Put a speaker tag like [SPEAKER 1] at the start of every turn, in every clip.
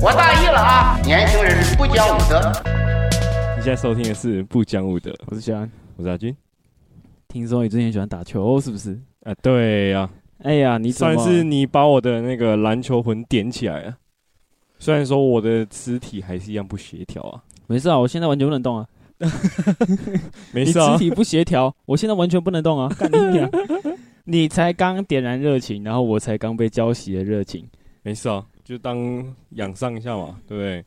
[SPEAKER 1] 我大意了啊！年轻人不讲武德。
[SPEAKER 2] 你现在收听的是不讲武德，
[SPEAKER 3] 我是小安。
[SPEAKER 2] 我是阿军。
[SPEAKER 3] 听说你最近喜欢打球，是不是？
[SPEAKER 2] 啊，对呀、
[SPEAKER 3] 哎呀，你怎
[SPEAKER 2] 上一
[SPEAKER 3] 么
[SPEAKER 2] 次你把我的那个篮球魂点起来了，虽然说我的肢体还是一样不协调啊，
[SPEAKER 3] 没事啊？我现在完全不能动啊！
[SPEAKER 2] 没
[SPEAKER 3] 你
[SPEAKER 2] 事
[SPEAKER 3] 肢
[SPEAKER 2] 啊，
[SPEAKER 3] 体不协调，我现在完全不能动 啊！干你娘！你才刚点燃热情，然后我才刚被浇熄了热情。
[SPEAKER 2] 没事啊，就当养伤一下嘛，对不对？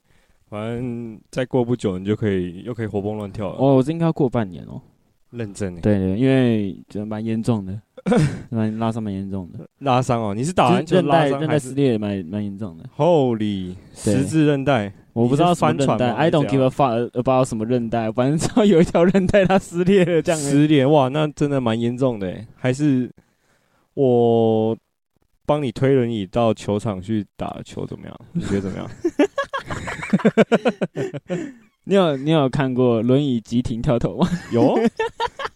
[SPEAKER 2] 反正再过不久，你就可以又可以活蹦乱跳了。
[SPEAKER 3] 哦，我这应该要过半年哦。
[SPEAKER 2] 认真欸，
[SPEAKER 3] 对对，因为觉得蛮严重 的，蛮拉伤蛮严重 的，
[SPEAKER 2] 拉伤哦，你是打篮
[SPEAKER 3] 就是
[SPEAKER 2] 球
[SPEAKER 3] 韧
[SPEAKER 2] 拉
[SPEAKER 3] 带
[SPEAKER 2] 伤
[SPEAKER 3] 韧
[SPEAKER 2] 还
[SPEAKER 3] 带
[SPEAKER 2] 是
[SPEAKER 3] 撕裂蛮蛮严重的。
[SPEAKER 2] Holy
[SPEAKER 3] 对
[SPEAKER 2] 十字韧带？
[SPEAKER 3] 我不知道什么
[SPEAKER 2] 你是
[SPEAKER 3] 韧
[SPEAKER 2] 翻船
[SPEAKER 3] 带
[SPEAKER 2] 吗
[SPEAKER 3] ，I don't
[SPEAKER 2] 还是
[SPEAKER 3] give a fuck about 什么韧带，反正只要有一条韧带它撕裂了这样而已。欸
[SPEAKER 2] 失联哇，那真的蛮严重的欸，还是我帮你推轮椅到球场去打球怎么 样？你觉得怎么样？
[SPEAKER 3] 你有你有看过轮椅急停跳投吗？
[SPEAKER 2] 有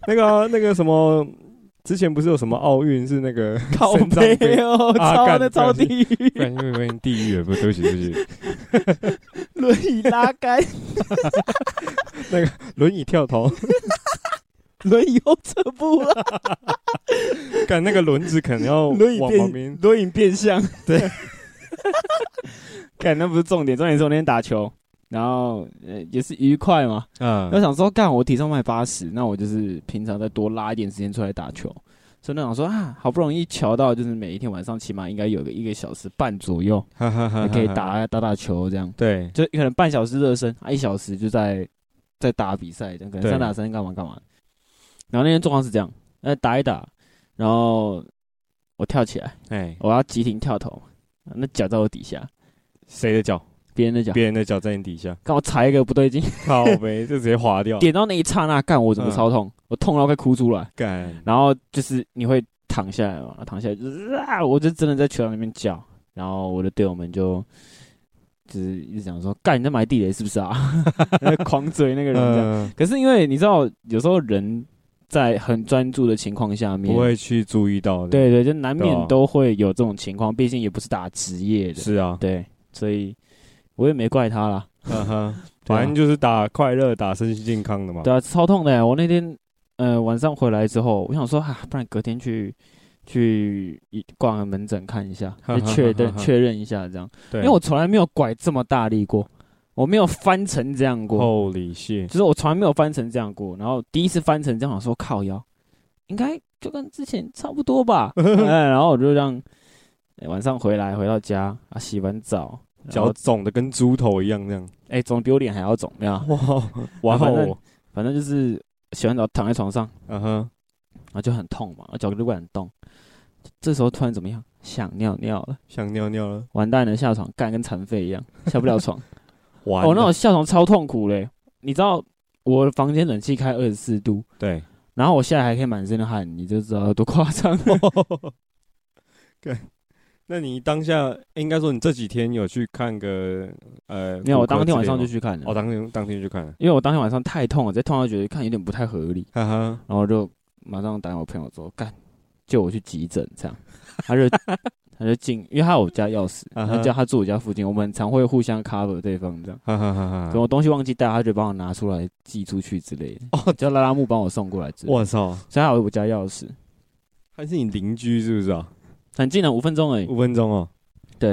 [SPEAKER 2] 那个啊、那个什么，之前不是有什么奥运是那 个
[SPEAKER 3] 靠
[SPEAKER 2] 肾脏
[SPEAKER 3] 背
[SPEAKER 2] 病
[SPEAKER 3] 哦，
[SPEAKER 2] 啊
[SPEAKER 3] 超
[SPEAKER 2] 干
[SPEAKER 3] 的超
[SPEAKER 2] 不小心
[SPEAKER 3] 地
[SPEAKER 2] 不
[SPEAKER 3] 狱，
[SPEAKER 2] 然因为因为地狱欸了，不对不起对不 起，
[SPEAKER 3] 轮椅拉杆，
[SPEAKER 2] 轮椅跳投，
[SPEAKER 3] 轮椅后撤步啊，
[SPEAKER 2] 干那个轮子可能要
[SPEAKER 3] 轮椅
[SPEAKER 2] 哦往旁边
[SPEAKER 3] 变，轮椅变向，对。 干，那不是重点，重点是我那天打球，然后呃也是愉快嘛。
[SPEAKER 2] 啊
[SPEAKER 3] 我想说，干，我体重卖八十，那我就是平常再多拉一点时间出来打球。所以那想说啊，好不容易瞧到，就是每一天晚上起码应该有个一个小时半左右，
[SPEAKER 2] 哈哈哈，
[SPEAKER 3] 可以打打打球这样。
[SPEAKER 2] 对
[SPEAKER 3] 就可能半小时热身，啊，一小时就在在打比赛，这样可能
[SPEAKER 2] 对
[SPEAKER 3] 三打三干嘛干嘛。然后那天状况是这样，那打一打，然后我跳起来，
[SPEAKER 2] 哎
[SPEAKER 3] 我要急停跳投，那脚在我底下，
[SPEAKER 2] 谁的脚？
[SPEAKER 3] 别人的脚，
[SPEAKER 2] 别嗯人的脚在你底 下，
[SPEAKER 3] 刚好踩一个不对劲，
[SPEAKER 2] 靠呗，就直接滑 掉，
[SPEAKER 3] 点到那一刹那，干我怎么
[SPEAKER 2] 嗯
[SPEAKER 3] 超痛，我痛到快哭出来，
[SPEAKER 2] 干
[SPEAKER 3] 然后就是你会躺下来嘛，躺下来就是啊，我就真的在球场里面叫，然后我的队友们就。就是一直讲说，干你在埋地雷是不是啊？ 然后狂追那个人这样，
[SPEAKER 2] 嗯
[SPEAKER 3] 可是因为你知道，有时候人在很专注的情况下面，
[SPEAKER 2] 不会去注意到的，
[SPEAKER 3] 对对，就难
[SPEAKER 2] 对啊
[SPEAKER 3] 免都会有这种情况，毕竟也不是打职业的，
[SPEAKER 2] 是啊，
[SPEAKER 3] 对，所以我也没怪他啦。
[SPEAKER 2] 哈哈，
[SPEAKER 3] 对啊
[SPEAKER 2] 反正就是打快乐、打身心健康的嘛，
[SPEAKER 3] 对啊，超痛的欸。我那天呃晚上回来之后，我想说啊，不然隔天去去一逛个门诊看一下，
[SPEAKER 2] 哈
[SPEAKER 3] 就
[SPEAKER 2] 哈
[SPEAKER 3] 确认
[SPEAKER 2] 哈哈
[SPEAKER 3] 确认一下这样，
[SPEAKER 2] 对，
[SPEAKER 3] 因为我从来没有拐这么大力过，我没有翻成这样过。
[SPEAKER 2] Holy shit，
[SPEAKER 3] 就是我从来没有翻成这样过，然后第一次翻成这样，我说靠腰，应该就跟之前差不多 吧。哎，然后我就让、哎晚上回来回到家啊，洗完澡，然
[SPEAKER 2] 脚
[SPEAKER 3] 后
[SPEAKER 2] 肿的跟猪头一样这样，
[SPEAKER 3] 哎肿得比我脸还要肿，对吧？
[SPEAKER 2] 哇哇
[SPEAKER 3] 反正
[SPEAKER 2] 哦，
[SPEAKER 3] 反正就是洗完澡躺在床上，
[SPEAKER 2] 嗯哼，
[SPEAKER 3] 然后就很痛嘛，然后脚就不敢动。这时候突然怎么样？想尿尿了，
[SPEAKER 2] 想尿尿了，
[SPEAKER 3] 完蛋了，下床干跟残废一样，下不了床。
[SPEAKER 2] 完
[SPEAKER 3] 哦，那
[SPEAKER 2] 了
[SPEAKER 3] 我下床超痛苦嘞，你知道我的房间冷气开二十四度，
[SPEAKER 2] 对，
[SPEAKER 3] 然后我现在还可以满身的汗，你就知道有多夸张。
[SPEAKER 2] 对，那你当下应该说你这几天有去看个呃，
[SPEAKER 3] 没有，我当天
[SPEAKER 2] 骨科之
[SPEAKER 3] 晚
[SPEAKER 2] 类
[SPEAKER 3] 上
[SPEAKER 2] 吗
[SPEAKER 3] 就，去看了，
[SPEAKER 2] 哦，当天当天就去看了，
[SPEAKER 3] 因为我当天晚上太痛了，这痛到觉得看有点不太合理，
[SPEAKER 2] 哈哈，
[SPEAKER 3] 然后就马上打给我朋友说，干，救我去急诊这样，他就他就进，因为他有我家钥匙，
[SPEAKER 2] 啊
[SPEAKER 3] 他
[SPEAKER 2] 哈
[SPEAKER 3] 叫他住我家附近，我们常会互相 cover 对方这样。
[SPEAKER 2] 哈哈哈
[SPEAKER 3] 可
[SPEAKER 2] 哈，
[SPEAKER 3] 能我东西忘记带，他就帮我拿出来寄出去之类的。哦，叫拉拉木帮我送过来之类的。
[SPEAKER 2] 我操，
[SPEAKER 3] 所以他有我家钥匙，
[SPEAKER 2] 还是你邻居是不是啊？
[SPEAKER 3] 很近的，五分钟而已。
[SPEAKER 2] 五分钟哦，
[SPEAKER 3] 对，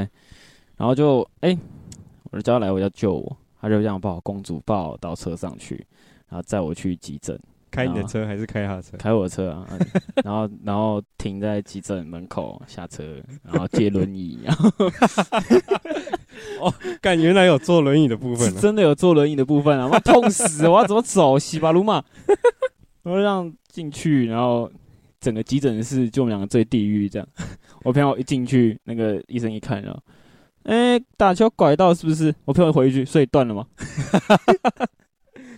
[SPEAKER 3] 然后就哎、我就叫他来我家救我，他就这样把我公主抱到车上去，然后载我去急诊，
[SPEAKER 2] 开你的
[SPEAKER 3] 啊
[SPEAKER 2] 车还是开他的车？
[SPEAKER 3] 开我的车啊， 啊然后然后停在急诊门口下车，然后借轮 椅，然后
[SPEAKER 2] 干，原来有坐轮椅的部分
[SPEAKER 3] 是
[SPEAKER 2] 啊，
[SPEAKER 3] 真的有坐轮椅的部分啊，妈痛死，我要怎么走？洗巴鲁 马，然后让进去，然后。整个急诊室就我们两个最地狱这样， 我朋友一进去，那个医生一看，然后，哎、打球拐到是不是？我朋友回一句，所以断了吗？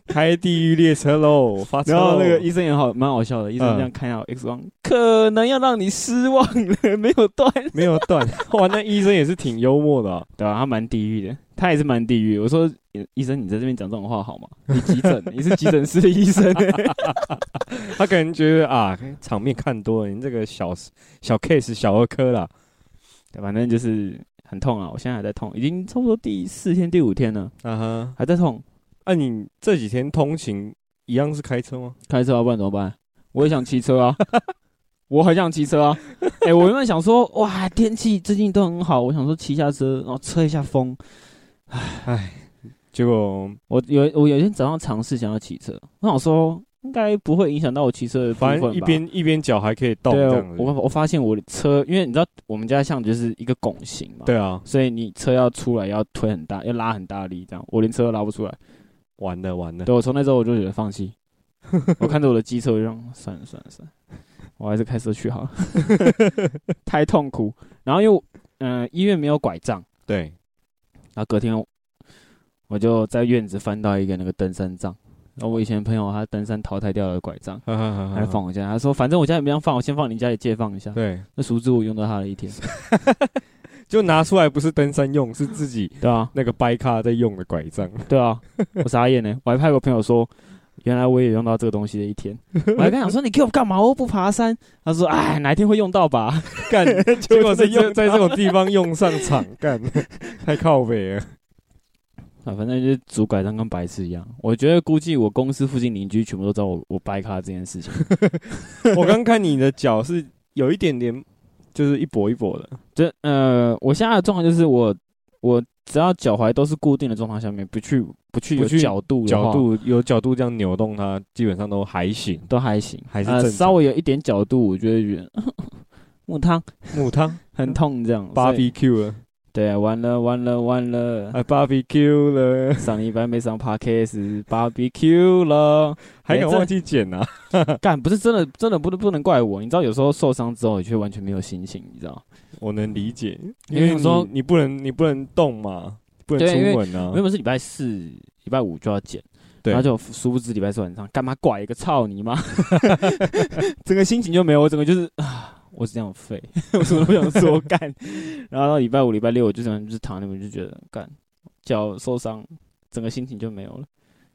[SPEAKER 2] 开地狱列车喽，发车
[SPEAKER 3] 然
[SPEAKER 2] 喽，
[SPEAKER 3] 后那个嗯医生也好，蛮好笑的。医生这样看到 X 光，可能要让你失望了，没有断，
[SPEAKER 2] 没有断， 哇，那医生也是挺幽默的啊，
[SPEAKER 3] 对吧、他蛮地狱的，他也是蛮地狱。我说，医医生，你在这边讲这种话好吗？你急诊，欸你是急诊室的医生、欸
[SPEAKER 2] 他可能觉得啊，场面看多了，你这个小小 case 小儿科啦，
[SPEAKER 3] 对，反正就是很痛啊，我现在还在痛，已经差不多第四天、第五天了，
[SPEAKER 2] 啊哈，
[SPEAKER 3] 还在痛。
[SPEAKER 2] 那、啊你这几天通勤一样是开车吗？
[SPEAKER 3] 开车啊，不然怎么办？我也想骑车啊，我很想骑车啊。哎、我原本想说，哇，天气最近都很好，我想说骑下车，然后吹一下风。
[SPEAKER 2] 结果
[SPEAKER 3] 我有我有一天早上尝试想要骑车，我想说应该不会影响到我骑车的部
[SPEAKER 2] 反
[SPEAKER 3] 分吧
[SPEAKER 2] 正一边一边脚还可以动
[SPEAKER 3] 对
[SPEAKER 2] 这
[SPEAKER 3] 啊
[SPEAKER 2] 样，子。
[SPEAKER 3] 我我发现我的车，因为你知道我们家巷子就是一个拱形嘛，
[SPEAKER 2] 对啊，
[SPEAKER 3] 所以你车要出来要推很大，要拉很大力，这样我连车都拉不出来。
[SPEAKER 2] 完了完了，
[SPEAKER 3] 对我从那之后我就觉得 放弃，我看着我的机车，我就让算了算了算了，我还是开车 去好了，太痛苦。然后又嗯、呃医院没有拐杖，
[SPEAKER 2] 对，
[SPEAKER 3] 然后隔天我我就在院子翻到一个那个登山杖，然后我以前朋友他登山淘汰掉的拐杖。
[SPEAKER 2] 哈哈哈哈
[SPEAKER 3] 他就放我家，他说反正我家也没让放，我先放你家里借放一下。
[SPEAKER 2] 嗯对，
[SPEAKER 3] 那熟知我用到他的一天，
[SPEAKER 2] 就拿出来不是登山用，是自己
[SPEAKER 3] 对啊，
[SPEAKER 2] 那个掰咖在用的拐杖。
[SPEAKER 3] 对 啊，我傻眼呢、我还派我朋友说，原来我也用到这个东西的一天。我还跟他讲说，你给我干嘛？我又不爬山。他说，哎，哪一天会用到吧？
[SPEAKER 2] 干，结果在
[SPEAKER 3] 是用
[SPEAKER 2] 这在这种地方用上场， 干，太靠北了。
[SPEAKER 3] 啊，反正就是拄拐杖跟白痴一样。我觉得估计我公司附近邻居全部都知道我我掰咖这件事情。
[SPEAKER 2] 我刚看你的脚是有一点点，就是一跛一跛的。
[SPEAKER 3] 这呃，我现在的状况就是我我只要脚踝都是固定的状况下面，不去不去有
[SPEAKER 2] 不去
[SPEAKER 3] 角度的
[SPEAKER 2] 角
[SPEAKER 3] 话
[SPEAKER 2] 度有角度这样扭动它，基本上都还行。
[SPEAKER 3] 都还行，
[SPEAKER 2] 还是
[SPEAKER 3] 呃
[SPEAKER 2] 正常
[SPEAKER 3] 稍微有一点角度，我就会觉得 木汤
[SPEAKER 2] 木汤
[SPEAKER 3] 很痛这样。
[SPEAKER 2] b
[SPEAKER 3] 所以
[SPEAKER 2] b q 了，
[SPEAKER 3] 对，完了完了完了。
[SPEAKER 2] 哎 b b q 了，
[SPEAKER 3] 上礼拜没上 podcast barbecue 了，
[SPEAKER 2] 还敢
[SPEAKER 3] 哎这
[SPEAKER 2] 忘记剪啊？
[SPEAKER 3] 干不是真的，真的不不能怪我。你知道有时候受伤之后，你却完全没有心情，你知道？
[SPEAKER 2] 我能理解，因
[SPEAKER 3] 因为
[SPEAKER 2] 为
[SPEAKER 3] 想说
[SPEAKER 2] 你你不能你不能动嘛，不能
[SPEAKER 3] 对因为
[SPEAKER 2] 出门啊
[SPEAKER 3] 我原。本是礼拜四、礼拜五就要剪，
[SPEAKER 2] 对
[SPEAKER 3] 然后就殊不知礼拜四晚上干嘛拐一个操你妈， 整个心情就没有，我整个就是啊，我是这样废， 我什么都不想做干。然后到礼拜五、礼拜六，我就这样就是躺那边就觉得干脚受伤，整个心情就没有了。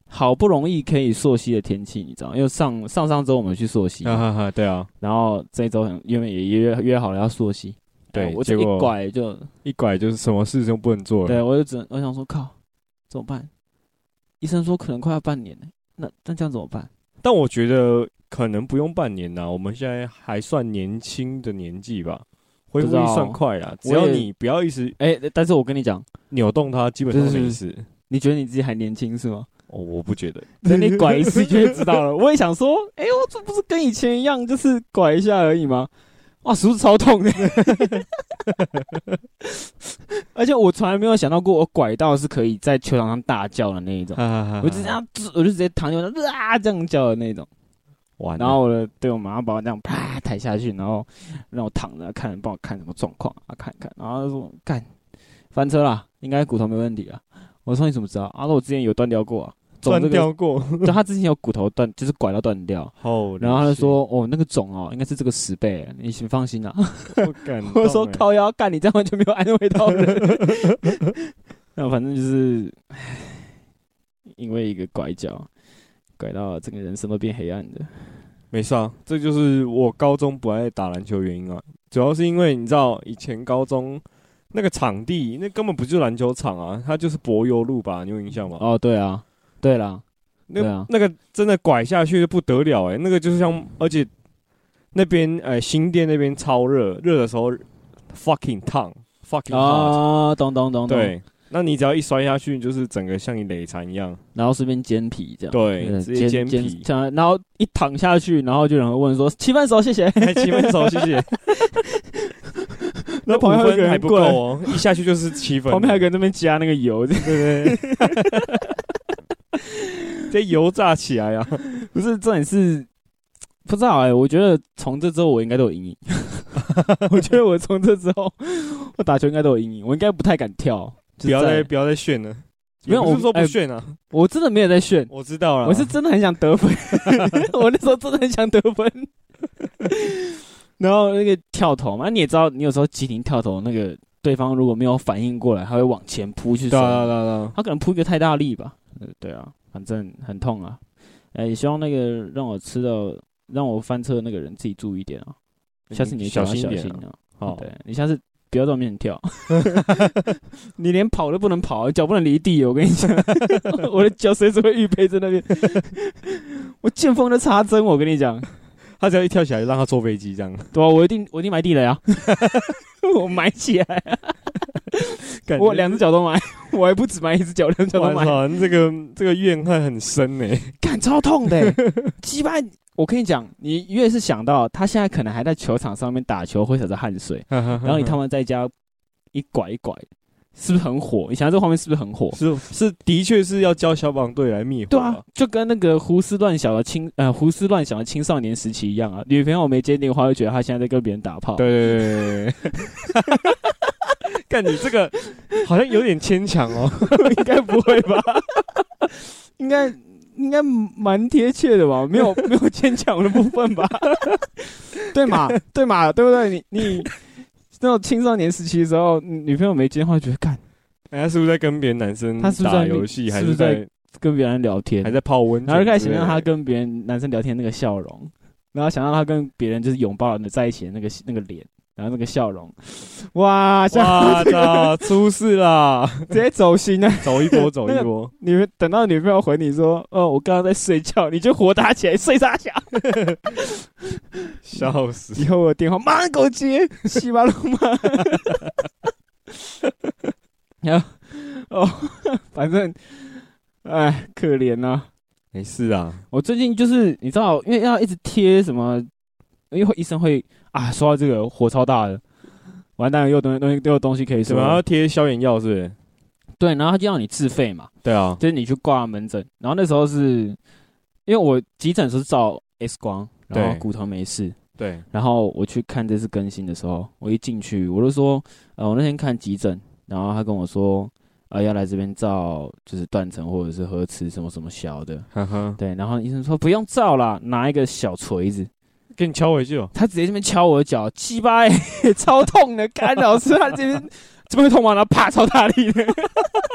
[SPEAKER 3] 好不容易可以溯溪的天气，你知道，因为上上上周我们去溯溪嘛，
[SPEAKER 2] 啊哈哈，对啊，
[SPEAKER 3] 然后这一周很因为也约约好了要溯溪，
[SPEAKER 2] 对
[SPEAKER 3] 哎我
[SPEAKER 2] 结
[SPEAKER 3] 就
[SPEAKER 2] 果
[SPEAKER 3] 一拐就，
[SPEAKER 2] 一拐就是什么事情都不能做了。
[SPEAKER 3] 对我就只能我想说靠，怎么办？医生说可能快要半年了，那那这样怎么办？
[SPEAKER 2] 但我觉得可能不用半年呐，啊我们现在还算年轻的年纪吧，恢复
[SPEAKER 3] 不知
[SPEAKER 2] 力
[SPEAKER 3] 道
[SPEAKER 2] 算快啦。只
[SPEAKER 3] 我
[SPEAKER 2] 要
[SPEAKER 3] 也
[SPEAKER 2] 你不要一直
[SPEAKER 3] 哎、但是我跟你讲，
[SPEAKER 2] 扭动它，基本上
[SPEAKER 3] 是
[SPEAKER 2] 没
[SPEAKER 3] 是
[SPEAKER 2] 事。
[SPEAKER 3] 你觉得你自己还年轻是 吗？
[SPEAKER 2] 哦，我不觉得，
[SPEAKER 3] 等你拐一次就会知 道了。我也想说，哎、我这不是跟以前一样，就是拐一下而已吗？哇，是不是超痛的？ 而且我从来没有想到过，我拐到是可以在球场上大叫的那一种。我
[SPEAKER 2] 我
[SPEAKER 3] 就这样，我就直接躺在地上啊这样叫的那种。
[SPEAKER 2] 玩，
[SPEAKER 3] 然后我的队友马上把我这样啪抬下去，然后让我躺着看，帮我看什么状况啊，看一看。然后他说干翻车啦，应该骨头没问题啊。我说你怎么知道？啊，说我之前有断掉过啊，肿
[SPEAKER 2] 断
[SPEAKER 3] 这个，
[SPEAKER 2] 掉 过，
[SPEAKER 3] 对他之前有骨头断，就是拐到断掉。
[SPEAKER 2] 好，
[SPEAKER 3] 然后他就 说：“哦，那个肿哦，应该是这个十倍，你请放心啦、
[SPEAKER 2] 不敢动欸，
[SPEAKER 3] 我说靠腰干，你这样完全没有安慰到人。 那反正就是，唉因为一个拐角，拐到整个人生都变黑暗的。
[SPEAKER 2] 没事啊，这就是我高中不爱打篮球的原因啊，主要是因为你知道以前高中那个场地，那根本不是篮球场啊，它就是柏油路吧，你有印象吗？
[SPEAKER 3] 哦，对啊，对啦，
[SPEAKER 2] 那
[SPEAKER 3] 对啊
[SPEAKER 2] 那个真的拐下去就不得了哎、那个就是像，而且那边哎、新店那边超热，热的时候 fucking 烫，fucking hot，、
[SPEAKER 3] 啊，懂懂懂懂。，
[SPEAKER 2] 对。那你只要一摔下去，就是整个像你累残一样，
[SPEAKER 3] 然后顺便煎皮这样。
[SPEAKER 2] 对，
[SPEAKER 3] 嗯
[SPEAKER 2] 直接煎
[SPEAKER 3] 煎
[SPEAKER 2] 皮，
[SPEAKER 3] 像然后一躺下去，然后就有人会问说：“七分熟，谢谢。
[SPEAKER 2] 还七分熟，谢 谢。
[SPEAKER 3] 那
[SPEAKER 2] 五
[SPEAKER 3] 旁边还有一个
[SPEAKER 2] 分还
[SPEAKER 3] 人
[SPEAKER 2] 不
[SPEAKER 3] 过
[SPEAKER 2] 够
[SPEAKER 3] 来
[SPEAKER 2] 哦，一下去就是七”分了。
[SPEAKER 3] 旁边还有个人在那边加那个油，这样
[SPEAKER 2] 对不 对？这油炸起来啊！
[SPEAKER 3] 不是重点是不知道哎、我觉得从这之后我应该都 有阴影。我觉得我从这之后，我打球应该都有阴影，我应该不太敢跳。 就是
[SPEAKER 2] 不要
[SPEAKER 3] 在
[SPEAKER 2] 再不要再炫了，
[SPEAKER 3] 没有
[SPEAKER 2] 也不是说
[SPEAKER 3] 我
[SPEAKER 2] 不
[SPEAKER 3] 哎
[SPEAKER 2] 炫啊，
[SPEAKER 3] 我真的没有在炫，
[SPEAKER 2] 我知道了，
[SPEAKER 3] 我是真的很想 得分，我那时候真的很想得分。然后那个跳投嘛，你也知道，你有时候急停跳投，那个对方如果没有反应过来，他会往前扑去
[SPEAKER 2] 对
[SPEAKER 3] 守
[SPEAKER 2] 啊
[SPEAKER 3] 你。
[SPEAKER 2] 对啊对啊对啊，
[SPEAKER 3] 他可能扑一个太大力吧。呃对啊，反正很痛啊。哎、也希望那个让我吃到让我翻车的那个人自己注意一点啊。下次你
[SPEAKER 2] 小
[SPEAKER 3] 心
[SPEAKER 2] 心一
[SPEAKER 3] 小
[SPEAKER 2] 点
[SPEAKER 3] 心
[SPEAKER 2] 啊。
[SPEAKER 3] 啊。
[SPEAKER 2] 好，
[SPEAKER 3] 对你下次不要在我面前跳， 你连跑都不能跑，脚不能离地。哦我跟你讲， 我的脚随时会预备在那边， 我见缝就插针。我跟你讲，
[SPEAKER 2] 他只要一跳起来，让他坐飞机这样。
[SPEAKER 3] 对啊，我一定我一定埋地雷啊， 我埋起来啊、
[SPEAKER 2] 感觉
[SPEAKER 3] 我两只脚都埋，我还不止埋一只脚，两只脚都
[SPEAKER 2] 哇
[SPEAKER 3] 埋，
[SPEAKER 2] 操，你这个这个怨恨很深 呢、
[SPEAKER 3] 干超痛的、 欸，鸡巴！我跟你讲，你越是想到他现在可能还在球场上面打球挥洒着汗水，
[SPEAKER 2] 然
[SPEAKER 3] 然后你他妈在家一拐一拐，是不是很火？你想想这个画面是不是很火？
[SPEAKER 2] 是是，的确是要教消防队来灭火。
[SPEAKER 3] 对啊，，就跟那个胡思乱想的青呃胡思乱想的青少年时期一样啊，女朋友没接电话，就觉得她现在在跟别人打炮。
[SPEAKER 2] 对对对对对。 干你这个好像有点牵强哦，
[SPEAKER 3] 应该不会吧？应该应该蛮贴切的吧？没 有没有牵强的部分 吧？对嘛对嘛对不对？你你那种青少年时期的时候，嗯女朋友没接电话，觉得干
[SPEAKER 2] 哎他是不是在跟别的男生
[SPEAKER 3] 他是不是在
[SPEAKER 2] 打游戏，还
[SPEAKER 3] 是不是在
[SPEAKER 2] 在
[SPEAKER 3] 跟别人聊天
[SPEAKER 2] 还，在泡温泉之类
[SPEAKER 3] 然后
[SPEAKER 2] 的？
[SPEAKER 3] 就开始想象他跟别人男生聊天那个笑容，然后想到他跟别人就是拥抱的在一起的那个那个脸。然后那个笑容，哇，下
[SPEAKER 2] 哇操，出事啦！
[SPEAKER 3] 直接走心了。
[SPEAKER 2] 走 一波，走一波。
[SPEAKER 3] 你们等到女朋友回你说，哦，我刚刚在睡觉，你就火打起来，睡 啥觉？
[SPEAKER 2] 笑死！
[SPEAKER 3] 以后我的电话马上给我接，西巴鲁 马。 然后哦，反正，哎，可怜呐、
[SPEAKER 2] 没事啊，
[SPEAKER 3] 我最近就是你知道，因为要一直贴什么，因为会医生会啊，说到这个火超大的，完蛋了，又有东西东西又有东西可以
[SPEAKER 2] 怎
[SPEAKER 3] 说
[SPEAKER 2] 么
[SPEAKER 3] 了
[SPEAKER 2] 要。贴消炎药是不是？
[SPEAKER 3] 对，然后他就要你自费嘛，
[SPEAKER 2] 对啊，
[SPEAKER 3] 就是你去挂门诊。然后那时候是因为我急诊是照 X 光，然后
[SPEAKER 2] 对
[SPEAKER 3] 骨头没事，
[SPEAKER 2] 对，
[SPEAKER 3] 然后我去看这次更新的时候，我一进去我就说，呃，我那天看急诊，然后他跟我说，呃，要来这边照就是断层或者是核磁什么什么小的，
[SPEAKER 2] 哈哈，
[SPEAKER 3] 对，然后医生说不用照啦，拿一个小锤子，
[SPEAKER 2] 给你敲回去哦。
[SPEAKER 3] 他直接这边敲我的脚，鸡巴、 欸，超痛的，干老师他这边 这边会痛吗？然后啪，超大力的，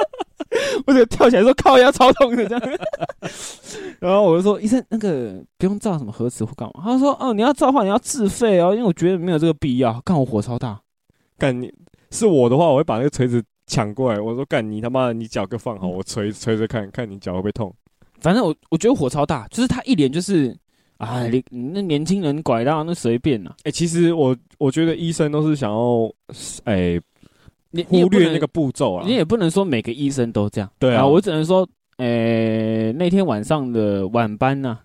[SPEAKER 3] 我就跳起来说靠腰超痛的这样， 然后我就说医生那个不用照什么核磁或干嘛，他说哦你要照的话你要自费哦，因为我觉得没有这个必要，干我火超大，
[SPEAKER 2] 干你是我的话，我会把那个锤子抢过来。我说干你他妈的，你脚给我放好，我锤锤着看看你脚会不会痛。
[SPEAKER 3] 反正我我觉得火超大，就是他一脸就是啊你那年轻人拐到那随便啦、
[SPEAKER 2] 哎、其实我我觉得医生都是想要哎、
[SPEAKER 3] 你你也
[SPEAKER 2] 忽
[SPEAKER 3] 不
[SPEAKER 2] 略
[SPEAKER 3] 能
[SPEAKER 2] 那个步骤啊
[SPEAKER 3] 你。也不能说每个医生都这样。
[SPEAKER 2] 对啊
[SPEAKER 3] 我只能说，呃，那天晚上的晚班呐、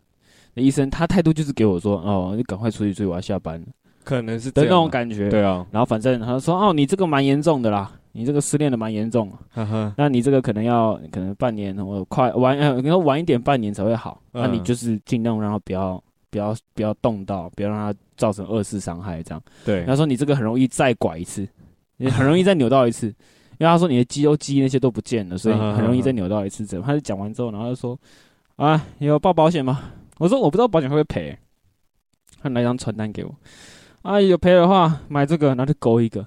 [SPEAKER 3] 那医生他态度就是给我说，哦，你赶快出去追，我要下班了
[SPEAKER 2] 可能是这
[SPEAKER 3] 的
[SPEAKER 2] 样
[SPEAKER 3] 那
[SPEAKER 2] 啊
[SPEAKER 3] 种感觉。
[SPEAKER 2] 对啊，
[SPEAKER 3] 然后反正他说，哦，你这个蛮严重的啦，你这个失恋的蛮严重的，
[SPEAKER 2] 哈哈，
[SPEAKER 3] 那你这个可能要可能半年或快晚呃，可能晚一点半年才会好。
[SPEAKER 2] 嗯
[SPEAKER 3] 那你就是尽量让他不要不要不要动到，不要让他造成二次伤害这样。
[SPEAKER 2] 对
[SPEAKER 3] 他说你这个很容易再拐 一次，你很容易再扭到一次，因为他说你的肌肉记忆那些都不见了，所
[SPEAKER 2] 嗯
[SPEAKER 3] 以很容易再扭到一次。这样，他就讲完之后，然后他就说啊，有报保险吗？我说我不知道保险会不会赔，他拿一张传单给我，啊，有赔的话买这个，然后就勾一个，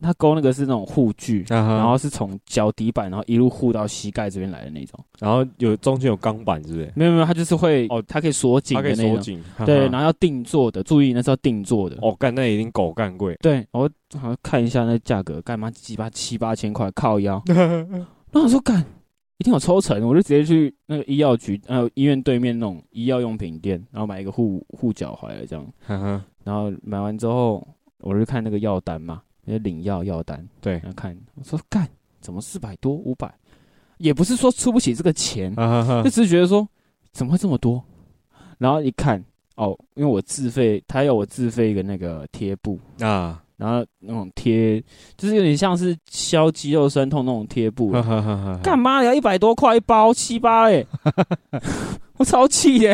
[SPEAKER 3] 他勾那个是那种护具。
[SPEAKER 2] 哈哈，
[SPEAKER 3] 然后是从脚底板，然后一路护到膝盖这边来的那种。
[SPEAKER 2] 然后有中间有钢板，是不是？
[SPEAKER 3] 没有没有，它就是会
[SPEAKER 2] 哦
[SPEAKER 3] 它可以锁紧
[SPEAKER 2] 它可
[SPEAKER 3] 的
[SPEAKER 2] 以
[SPEAKER 3] 那
[SPEAKER 2] 收
[SPEAKER 3] 种。
[SPEAKER 2] 紧。嗯哈哈
[SPEAKER 3] 对，然后要定做的，注意那是要定做的。
[SPEAKER 2] 哦，干那已经狗干贵，
[SPEAKER 3] 对，我好像看一下那价格，干嘛鸡巴七八千块靠腰，那我说干，一定有抽成，我就直接去那个医药局，呃，医院对面那种医药用品店，然后买一个护护脚踝的这样，
[SPEAKER 2] 哈哈，
[SPEAKER 3] 然后买完之后，我就看那个药单嘛，那领药药单，
[SPEAKER 2] 对
[SPEAKER 3] 然后看，我说干，怎么四百多五百，也不是说出不起这个钱，
[SPEAKER 2] 哈哈
[SPEAKER 3] 就，只是觉得说怎么会这么多，然后一看哦，因为我自费，他要我自费一个那个贴布。
[SPEAKER 2] 啊，
[SPEAKER 3] 然后那种贴，就是有点像是消肌肉酸痛那种贴布
[SPEAKER 2] 哈。哈哈哈，
[SPEAKER 3] 干嘛呀？一百多块一包，七八哎， 我超气耶、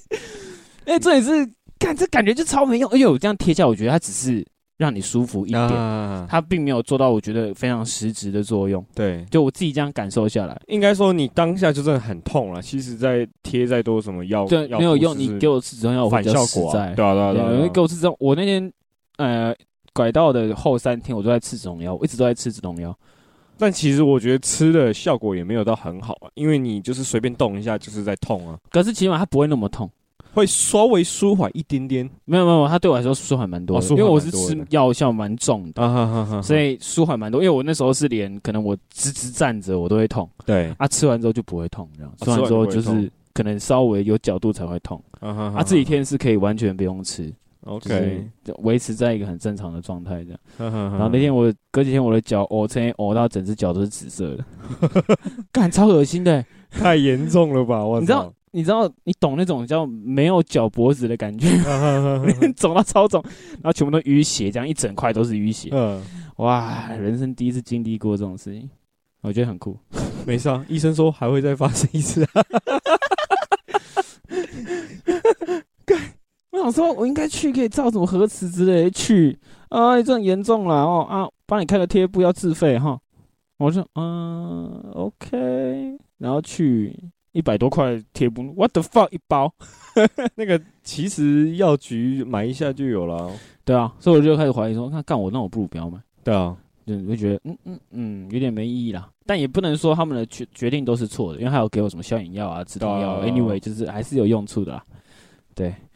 [SPEAKER 3] 哎、这也是干，这感觉就超没用。而且我这样贴下，我觉得它只是让你舒服一点，
[SPEAKER 2] 啊
[SPEAKER 3] 它并没有做到我觉得非常实质的作用。
[SPEAKER 2] 对，
[SPEAKER 3] 就我自己这样感受下来，
[SPEAKER 2] 应该说你当下就真的很痛了。其实再贴再多什么药，
[SPEAKER 3] 对，
[SPEAKER 2] 药
[SPEAKER 3] 哦没有
[SPEAKER 2] 物
[SPEAKER 3] 用。
[SPEAKER 2] 就是
[SPEAKER 3] 你给我吃止痛药，我
[SPEAKER 2] 反
[SPEAKER 3] 比较
[SPEAKER 2] 效
[SPEAKER 3] 实
[SPEAKER 2] 果啊，
[SPEAKER 3] 在。
[SPEAKER 2] 对啊对啊对啊
[SPEAKER 3] 对，因
[SPEAKER 2] 对
[SPEAKER 3] 为
[SPEAKER 2] 啊，
[SPEAKER 3] 给我吃止痛，我那天呃拐到的后三天，我都在吃止痛药，我一直都在吃止痛药。
[SPEAKER 2] 但其实我觉得吃的效果也没有到很好啊，因为你就是随便动一下就是在痛啊。
[SPEAKER 3] 可是起码它不会那么痛。
[SPEAKER 2] 会稍微舒缓一点点
[SPEAKER 3] 没有没有，他对我来说舒缓蛮多的，
[SPEAKER 2] 哦舒
[SPEAKER 3] 因
[SPEAKER 2] 缓
[SPEAKER 3] 为
[SPEAKER 2] 蛮
[SPEAKER 3] 我
[SPEAKER 2] 多的
[SPEAKER 3] 是吃药效蛮重的，
[SPEAKER 2] 啊哈哈哈，
[SPEAKER 3] 所以舒缓蛮多。因为我那时候是连可能我直直站着我都会痛
[SPEAKER 2] 对
[SPEAKER 3] 啊，吃完之后就不会痛，这样
[SPEAKER 2] 啊
[SPEAKER 3] 吃完之后就
[SPEAKER 2] 吃完就不会
[SPEAKER 3] 是可能稍微有角度才会痛，
[SPEAKER 2] 啊哈
[SPEAKER 3] 啊，这几天是可以完全不用吃，就
[SPEAKER 2] OK，嗯
[SPEAKER 3] 是维持在一个很正常的状态这样。
[SPEAKER 2] 然
[SPEAKER 3] 然后那天我隔几天我的脚呕，曾经呕到整只脚都是紫 色的，干超恶心的欸、
[SPEAKER 2] 太严重了吧？我
[SPEAKER 3] 你知道
[SPEAKER 2] 操，
[SPEAKER 3] 你知道，你懂那种叫没有脚脖子的感觉，
[SPEAKER 2] 啊哈哈哈
[SPEAKER 3] 肿到超肿，然后全部都淤血，这样一整块都是淤血。
[SPEAKER 2] 嗯，
[SPEAKER 3] 哇，人生第一次经历过这种事情，我觉得很酷。
[SPEAKER 2] 没事啊，医生说还会再发生一次 啊。
[SPEAKER 3] 我想说，我应该去可以照什么核磁之类的去啊，这很严重了哦啊，帮你开个贴布要自费哈。我说嗯，OK，然后去一百多块贴布，what the fuck 一包？
[SPEAKER 2] 那个其实药局买一下就有了啊。
[SPEAKER 3] 对啊，所以我就开始怀疑说，那干我那我不如不要买，
[SPEAKER 2] 对啊，
[SPEAKER 3] 就你会觉得嗯嗯嗯有点没意义啦。但也不能说他们的决决定都是错的，因为还有给我什么消炎药啊、止痛药、
[SPEAKER 2] 对啊
[SPEAKER 3] a n y w a y 就是还是有用处的啦。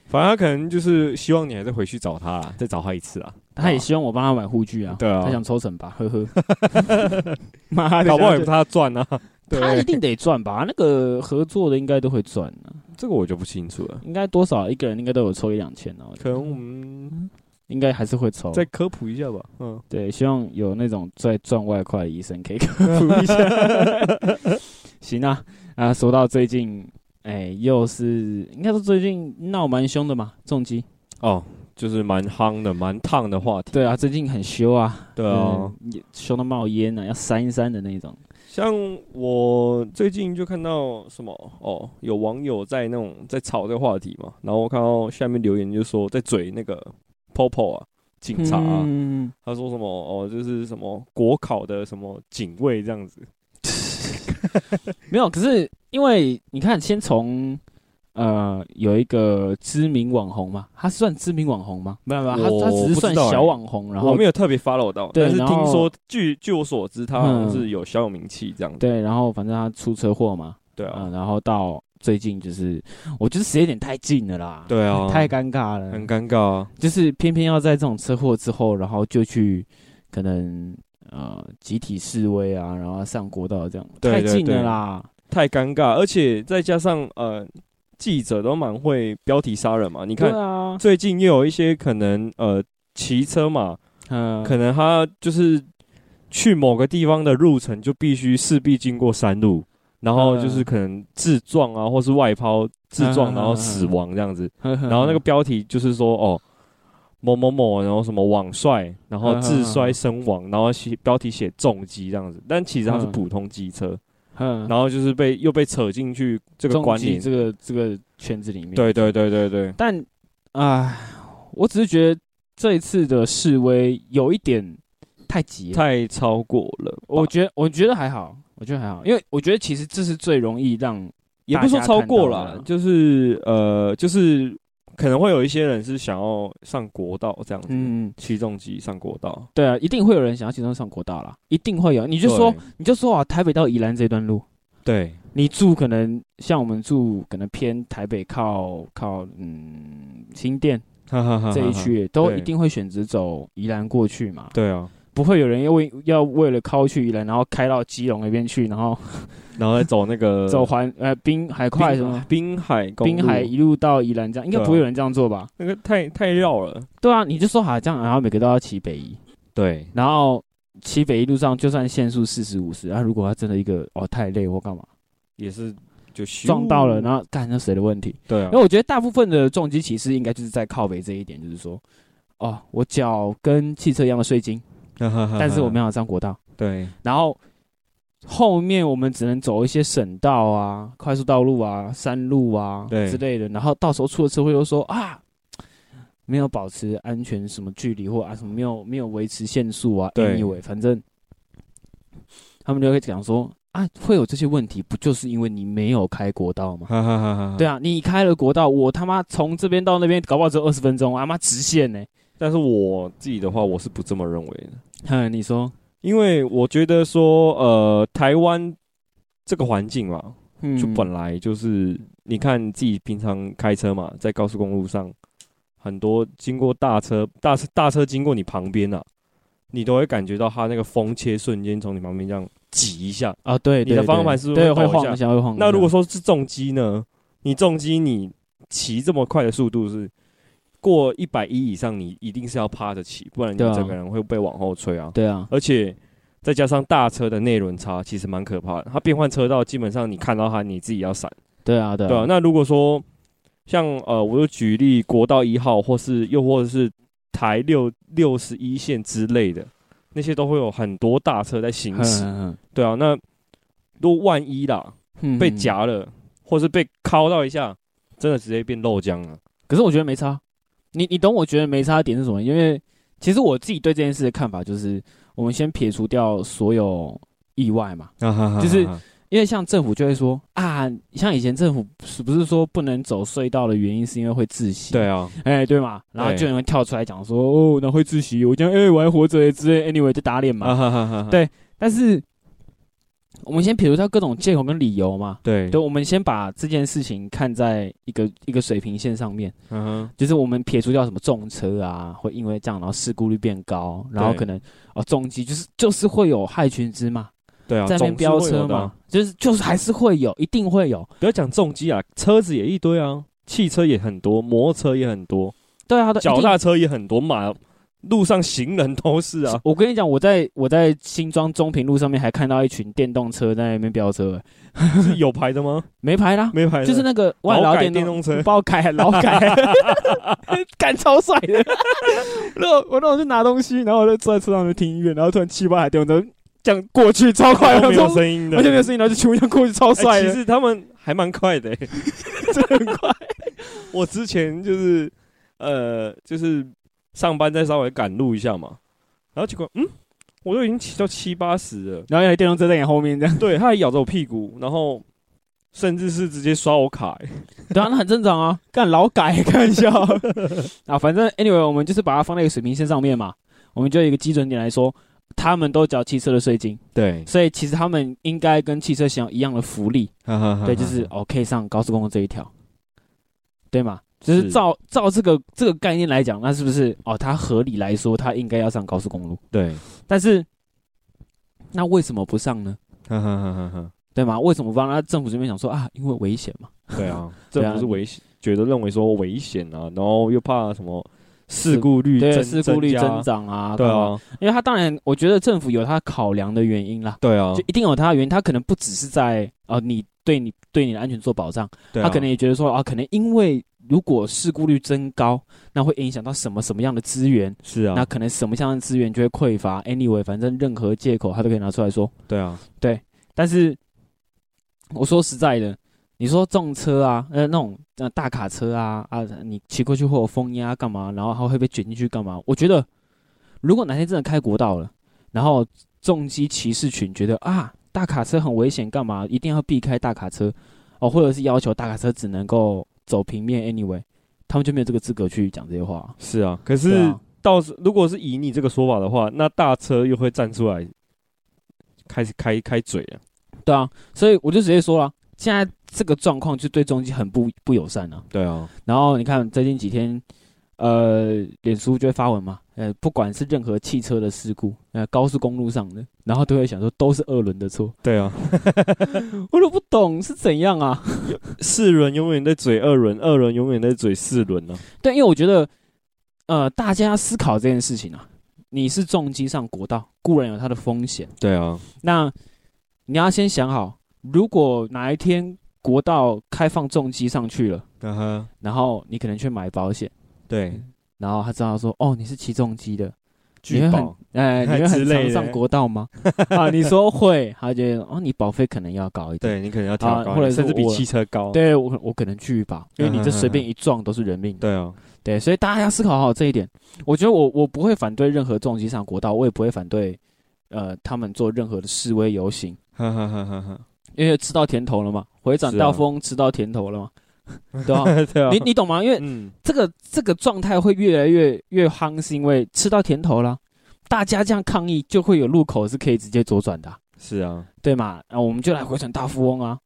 [SPEAKER 2] 反正他可能就是希望你还再回去找他啦，再找他一次啊。
[SPEAKER 3] 他也希望我帮他买护具啊，
[SPEAKER 2] 对啊
[SPEAKER 3] 他想抽成吧，呵呵，妈的，
[SPEAKER 2] 搞不好也不是他赚啊。对，
[SPEAKER 3] 他一定得赚吧？那个合作的应该都会赚啊，
[SPEAKER 2] 这个我就不清楚了。
[SPEAKER 3] 应该多少一个人应该都有抽一两千哦，
[SPEAKER 2] 可能我们
[SPEAKER 3] 应该还是会抽。
[SPEAKER 2] 再科普一下吧。嗯，
[SPEAKER 3] 对，希望有那种在赚外快的医生可以 克服一下。 行啊，啊，说到最近，哎、又是应该说最近闹蛮凶的嘛，重击。
[SPEAKER 2] 哦，就是蛮夯的、蛮烫的话题。
[SPEAKER 3] 对啊，最近很凶啊，
[SPEAKER 2] 对啊，
[SPEAKER 3] 嗯凶的冒烟啊，要扇一扇的那种。
[SPEAKER 2] 像我最近就看到什么哦，有网友在那种在吵这个话题嘛，然后我看到下面留言就说在嘴那个 Popo 啊，警察啊，
[SPEAKER 3] 嗯
[SPEAKER 2] 他说什么哦，就是什么国考的什么警卫这样子，
[SPEAKER 3] 没有，可是因为你看，先从呃有一个知名网红嘛，他算知名网红吗？没有没有，
[SPEAKER 2] 我
[SPEAKER 3] 他他只是算
[SPEAKER 2] 不知道欸
[SPEAKER 3] 小网红，然
[SPEAKER 2] 我
[SPEAKER 3] 后
[SPEAKER 2] 没有特别 follow 到，
[SPEAKER 3] 对
[SPEAKER 2] 但是
[SPEAKER 3] 然后
[SPEAKER 2] 听说据据我所知，他好像
[SPEAKER 3] 嗯
[SPEAKER 2] 是有小有名气这样子，
[SPEAKER 3] 对，然后反正他出车祸嘛，
[SPEAKER 2] 对
[SPEAKER 3] 啊、
[SPEAKER 2] 啊，
[SPEAKER 3] 然后到最近就是，我觉得时间点太近了啦，
[SPEAKER 2] 对啊，
[SPEAKER 3] 太尴尬了
[SPEAKER 2] 很，尴尬啊，
[SPEAKER 3] 就是偏偏要在这种车祸之后，然后就去可能呃集体示威啊，然后上国道这样，
[SPEAKER 2] 对
[SPEAKER 3] 太
[SPEAKER 2] 对
[SPEAKER 3] 近了
[SPEAKER 2] 对
[SPEAKER 3] 啦，
[SPEAKER 2] 太尴尬，而且再加上呃，记者都蛮会标题杀人嘛，你
[SPEAKER 3] 你
[SPEAKER 2] 看
[SPEAKER 3] 对啊，
[SPEAKER 2] 最近又有一些可能呃骑车嘛，
[SPEAKER 3] 嗯、
[SPEAKER 2] 可能他就是去某个地方的路程就必须势必经过山路，然后就是
[SPEAKER 3] 嗯
[SPEAKER 2] 可能自撞啊，或是外抛自撞
[SPEAKER 3] 嗯嗯
[SPEAKER 2] 然后
[SPEAKER 3] 嗯
[SPEAKER 2] 死
[SPEAKER 3] 嗯
[SPEAKER 2] 亡这样子。
[SPEAKER 3] 呵呵
[SPEAKER 2] 然后那个标题就是说哦。某某某，然后什么网帅，然后
[SPEAKER 3] 嗯嗯
[SPEAKER 2] 自
[SPEAKER 3] 嗯
[SPEAKER 2] 摔身亡，然后写标题写重击这样子，但其实他是
[SPEAKER 3] 嗯
[SPEAKER 2] 普通机车，
[SPEAKER 3] 嗯
[SPEAKER 2] 然后就是被又被扯进去这个
[SPEAKER 3] 重
[SPEAKER 2] 关
[SPEAKER 3] 击
[SPEAKER 2] 联，
[SPEAKER 3] 这个这个圈子里面。，
[SPEAKER 2] 对对对对对，
[SPEAKER 3] 但啊，我只是觉得这一次的示威有一点太急了。
[SPEAKER 2] 太超过了吧，
[SPEAKER 3] 我觉得我觉得还好，我觉得还好，因为我觉得其实这是最容易让
[SPEAKER 2] 也不是说超过
[SPEAKER 3] 大家看到
[SPEAKER 2] 啦
[SPEAKER 3] 的，
[SPEAKER 2] 就是呃，就是可能会有一些人是想要上国道这样子，
[SPEAKER 3] 嗯，
[SPEAKER 2] 起重机上国道。
[SPEAKER 3] 对啊，一定会有人想要骑车上国道啦，一定会有。你就说你就说啊，台北到宜兰这段路，
[SPEAKER 2] 对
[SPEAKER 3] 你住可能像我们住可能偏台北靠靠嗯新店
[SPEAKER 2] 对，
[SPEAKER 3] 这一区，都
[SPEAKER 2] 嗯对
[SPEAKER 3] 一定会选择走宜兰过去嘛。
[SPEAKER 2] 对啊，
[SPEAKER 3] 不会有人要为要为了靠去宜兰，然后开到基隆那边去，然后
[SPEAKER 2] 然后再走那个
[SPEAKER 3] 走环呃滨海快什么
[SPEAKER 2] 滨海公路
[SPEAKER 3] 滨海一路到宜兰这样，应该
[SPEAKER 2] 对啊
[SPEAKER 3] 不会有人这样做吧？
[SPEAKER 2] 那个太太绕了。
[SPEAKER 3] 对啊，你就说好这样，然后每个都要骑北宜，
[SPEAKER 2] 对，
[SPEAKER 3] 然后骑北宜路上就算限速四十五十，啊，如果他真的一个哦太累或干嘛
[SPEAKER 2] 也是就咻
[SPEAKER 3] 撞到了，然后干那谁的问题？
[SPEAKER 2] 对啊
[SPEAKER 3] 因为，我觉得大部分的重击骑士应该就是在靠北这一点，就是说哦，我脚跟汽车一样的税金，但
[SPEAKER 2] 但
[SPEAKER 3] 是我没有上国道。
[SPEAKER 2] 对
[SPEAKER 3] 然后后面我们只能走一些省道啊、快速道路啊、山路啊
[SPEAKER 2] 对
[SPEAKER 3] 之类的，然后到时候出了车祸又说啊，没有保持安全什么距离或啊什么没有没有维持限速啊
[SPEAKER 2] 对
[SPEAKER 3] ，anyway，反正他们就会讲说啊，会有这些问题，不就是因为你没有开国道吗？
[SPEAKER 2] 哈哈哈哈
[SPEAKER 3] 对，啊，你开了国道，我他妈从这边到那边搞不好只有二十分钟，啊妈直线 呢、
[SPEAKER 2] 但是我自己的话，我是不这么认为的。
[SPEAKER 3] 哼，你说，
[SPEAKER 2] 因为我觉得说，呃，台湾这个环境嘛，
[SPEAKER 3] 嗯
[SPEAKER 2] 就本来就是，你看自己平常开车嘛，在高速公路上，很多经过大车、大车、大车经过你旁边啊，你都会感觉到它那个风切瞬间从你旁边这样挤一下。
[SPEAKER 3] 啊，对，
[SPEAKER 2] 你的
[SPEAKER 3] 对
[SPEAKER 2] 方
[SPEAKER 3] 对
[SPEAKER 2] 向盘是不是
[SPEAKER 3] 对
[SPEAKER 2] 会抖一
[SPEAKER 3] 会晃
[SPEAKER 2] 下
[SPEAKER 3] 一下，会晃一下。
[SPEAKER 2] 那如果说是重机呢？你重机你骑这么快的速度是过一百一以上，你一定是要趴着骑，不然你
[SPEAKER 3] 对啊
[SPEAKER 2] 整个人会被往后吹啊。
[SPEAKER 3] 对啊，
[SPEAKER 2] 而且再加上大车的内轮差，其实蛮可怕的。它变换车道，基本上你看到它，你自己要闪。
[SPEAKER 3] 对啊，对
[SPEAKER 2] 对啊，那如果说像呃，我就举例国道一号，或是又或者是台六六十一线之类的，那些都会有很多大车在行驶。
[SPEAKER 3] 嗯
[SPEAKER 2] 对啊，那如果万一啦
[SPEAKER 3] 嗯
[SPEAKER 2] 被。
[SPEAKER 3] 嗯
[SPEAKER 2] 夹了，或是被敲到一下，真的直接变漏浆了。
[SPEAKER 3] 可是我觉得没差，你你懂我觉得没差的点是什么？因为其实我自己对这件事的看法就是，我们先撇除掉所有意外嘛，就是因为像政府就会说啊，像以前政府是不是说不能走隧道的原因是因为会窒息？
[SPEAKER 2] 对啊，
[SPEAKER 3] 哎、对嘛，然后
[SPEAKER 2] 对
[SPEAKER 3] 就有人跳出来讲说，哦，那会窒息，我讲，哎、我还活着耶之类，anyway 就打脸嘛。
[SPEAKER 2] 啊哈哈哈，
[SPEAKER 3] 对但是我们先撇除掉各种借口跟理由嘛，
[SPEAKER 2] 对
[SPEAKER 3] 对，，我们先把这件事情看在一个一个水平线上面，
[SPEAKER 2] 嗯哼
[SPEAKER 3] 就是我们撇除掉什么重车啊，会因为这样然后事故率变高，然后
[SPEAKER 2] 对
[SPEAKER 3] 可能哦重机就是就是会有害群之马，
[SPEAKER 2] 对啊，
[SPEAKER 3] 在那边
[SPEAKER 2] 总是会
[SPEAKER 3] 飙
[SPEAKER 2] 有
[SPEAKER 3] 车
[SPEAKER 2] 的啊
[SPEAKER 3] 嘛，就是就是还是会有，一定会有。
[SPEAKER 2] 不要讲重机啊，车子也一堆啊，汽车也很多，摩托车也很多，
[SPEAKER 3] 对啊，对
[SPEAKER 2] 脚。
[SPEAKER 3] 一
[SPEAKER 2] 踏车也很多，马路上行人都是
[SPEAKER 3] 定
[SPEAKER 2] 啊。
[SPEAKER 3] 我跟你讲，我在我在新庄中平路上面还看到一群电动车在那边飙车、欸
[SPEAKER 2] 是有牌的吗？
[SPEAKER 3] 没牌啦，
[SPEAKER 2] 没牌的，
[SPEAKER 3] 就是那个外
[SPEAKER 2] 劳
[SPEAKER 3] 劳
[SPEAKER 2] 改
[SPEAKER 3] 电
[SPEAKER 2] 电动车
[SPEAKER 3] 帮我 改啊劳改，干超帅的。然后我那我去拿东西，然后我就坐在车上就听音乐，然后突然七八台电动车这样过去超快，
[SPEAKER 2] 都
[SPEAKER 3] 我
[SPEAKER 2] 没有
[SPEAKER 3] 说
[SPEAKER 2] 声音的，
[SPEAKER 3] 哦完全没有声音，然后就全部这样过去超
[SPEAKER 2] 哎
[SPEAKER 3] 帅
[SPEAKER 2] 其
[SPEAKER 3] 的，
[SPEAKER 2] 实他们还蛮快的、欸，
[SPEAKER 3] 真的很快。
[SPEAKER 2] 我之前就是呃，就是上班再稍微赶路一下嘛，然后结果嗯，我都已经骑到七八十了，
[SPEAKER 3] 然后有电动车在你后面这样，
[SPEAKER 2] 对，他还咬着我屁股，然后甚至是直接刷我卡、欸，
[SPEAKER 3] 对啊，那很正常啊，干劳改 看一下啊，反正 anyway 我们就是把它放在一个水平线上面嘛，我们就有一个基准点来说，他们都缴汽车的税金，
[SPEAKER 2] 对，
[SPEAKER 3] 所以其实他们应该跟汽车享有一样的福利。
[SPEAKER 2] 嗯
[SPEAKER 3] 对，就是哦，可以上高速公路这一条，对嘛？就是
[SPEAKER 2] 是
[SPEAKER 3] 照照这个这个概念来讲，那是不是哦？它合理来说，它应该要上高速公路，
[SPEAKER 2] 对，
[SPEAKER 3] 但是那为什么不上呢？
[SPEAKER 2] 哈哈哈哈哈。
[SPEAKER 3] 对吗？为什么不让？那政府这边想说啊，因为危险嘛。
[SPEAKER 2] 对 啊，
[SPEAKER 3] 对
[SPEAKER 2] 这
[SPEAKER 3] 啊
[SPEAKER 2] 不是危险，觉得认为说危险啊，然后又怕什么事故率
[SPEAKER 3] 对，
[SPEAKER 2] 增
[SPEAKER 3] 事故率增
[SPEAKER 2] 增加，
[SPEAKER 3] 长啊，
[SPEAKER 2] 对
[SPEAKER 3] 干嘛，
[SPEAKER 2] 啊，
[SPEAKER 3] 因为它当然，我觉得政府有它考量的原因啦，
[SPEAKER 2] 对啊
[SPEAKER 3] 就，一定有它的原因，它可能不只是在哦、你对你对你的安全做保障。
[SPEAKER 2] 对
[SPEAKER 3] 他
[SPEAKER 2] 啊，
[SPEAKER 3] 可能也觉得说啊，可能因为如果事故率增高，那会影响到什么什么样的资源，
[SPEAKER 2] 是
[SPEAKER 3] 那
[SPEAKER 2] 啊，
[SPEAKER 3] 可能什么样的资源就会匮乏。Anyway，反正任何借口他都可以拿出来说。
[SPEAKER 2] 对啊，
[SPEAKER 3] 但是我说实在的，你说重车啊，呃，那种呃大卡车啊啊，你骑过去会有风压干嘛？然后它会被卷进去干嘛？我觉得，如果哪天真的开国道了，然后重机骑士群觉得啊，大卡车很危险，干嘛一定要避开大卡车哦，或者是要求大卡车只能够走平面，anyway，他们就没有这个资格去讲这些话。
[SPEAKER 2] 是啊。可
[SPEAKER 3] 对
[SPEAKER 2] 是
[SPEAKER 3] 啊
[SPEAKER 2] 到时如果是以你这个说法的话，那大车又会站出来开始开开嘴啊。
[SPEAKER 3] 对啊，所以我就直接说了，现在这个状况就对重机很不不友善啊。
[SPEAKER 2] 对啊，
[SPEAKER 3] 然后你看最近几天，呃，脸书就会发文嘛，呃，不管是任何汽车的事故，呃，高速公路上的，然后都会想说都是二轮的错，
[SPEAKER 2] 对啊，
[SPEAKER 3] 我都不懂是怎样啊？
[SPEAKER 2] 四轮永远在嘴二轮，二轮永远在嘴四轮呢。
[SPEAKER 3] 对，因为我觉得，呃，大家要思考这件事情啊，你是重机上国道，固然有它的风险，
[SPEAKER 2] 对啊，
[SPEAKER 3] 那你要先想好，如果哪一天国道开放重机上去了，
[SPEAKER 2] 嗯哼，
[SPEAKER 3] 然后你可能去买保险，
[SPEAKER 2] 对，
[SPEAKER 3] 然后他知道说，哦，你是骑重机的，你
[SPEAKER 2] 聚
[SPEAKER 3] 会很
[SPEAKER 2] 宝，
[SPEAKER 3] 哎，你会
[SPEAKER 2] 之
[SPEAKER 3] 很
[SPEAKER 2] 类
[SPEAKER 3] 常
[SPEAKER 2] 的
[SPEAKER 3] 上国道吗？ 啊，你说会，他觉得哦，你保费可能要高一点。
[SPEAKER 2] 对你可能要调
[SPEAKER 3] 啊
[SPEAKER 2] 高一点，
[SPEAKER 3] 或者是
[SPEAKER 2] 甚至比
[SPEAKER 3] 我
[SPEAKER 2] 汽车高。
[SPEAKER 3] 对，我可我可能去吧，因为你这随便一撞都是人命。
[SPEAKER 2] 嗯对啊，
[SPEAKER 3] 对，所以大家要思考好这一点。我觉得我我不会反对任何重机上国道，我也不会反对呃他们做任何的示威游行，
[SPEAKER 2] 哈哈哈哈哈。
[SPEAKER 3] 因为吃到甜头了嘛，回转
[SPEAKER 2] 是啊
[SPEAKER 3] 到风吃到甜头 了嘛， 对吧、
[SPEAKER 2] 对啊，
[SPEAKER 3] 你你懂吗？因为
[SPEAKER 2] 嗯，
[SPEAKER 3] 这个这个状态会越来越越夯，是因为吃到甜头了，大家这样抗议就会有路口是可以直接左转的啊、
[SPEAKER 2] 是啊，
[SPEAKER 3] 对嘛？然后我们就来回转大富翁啊，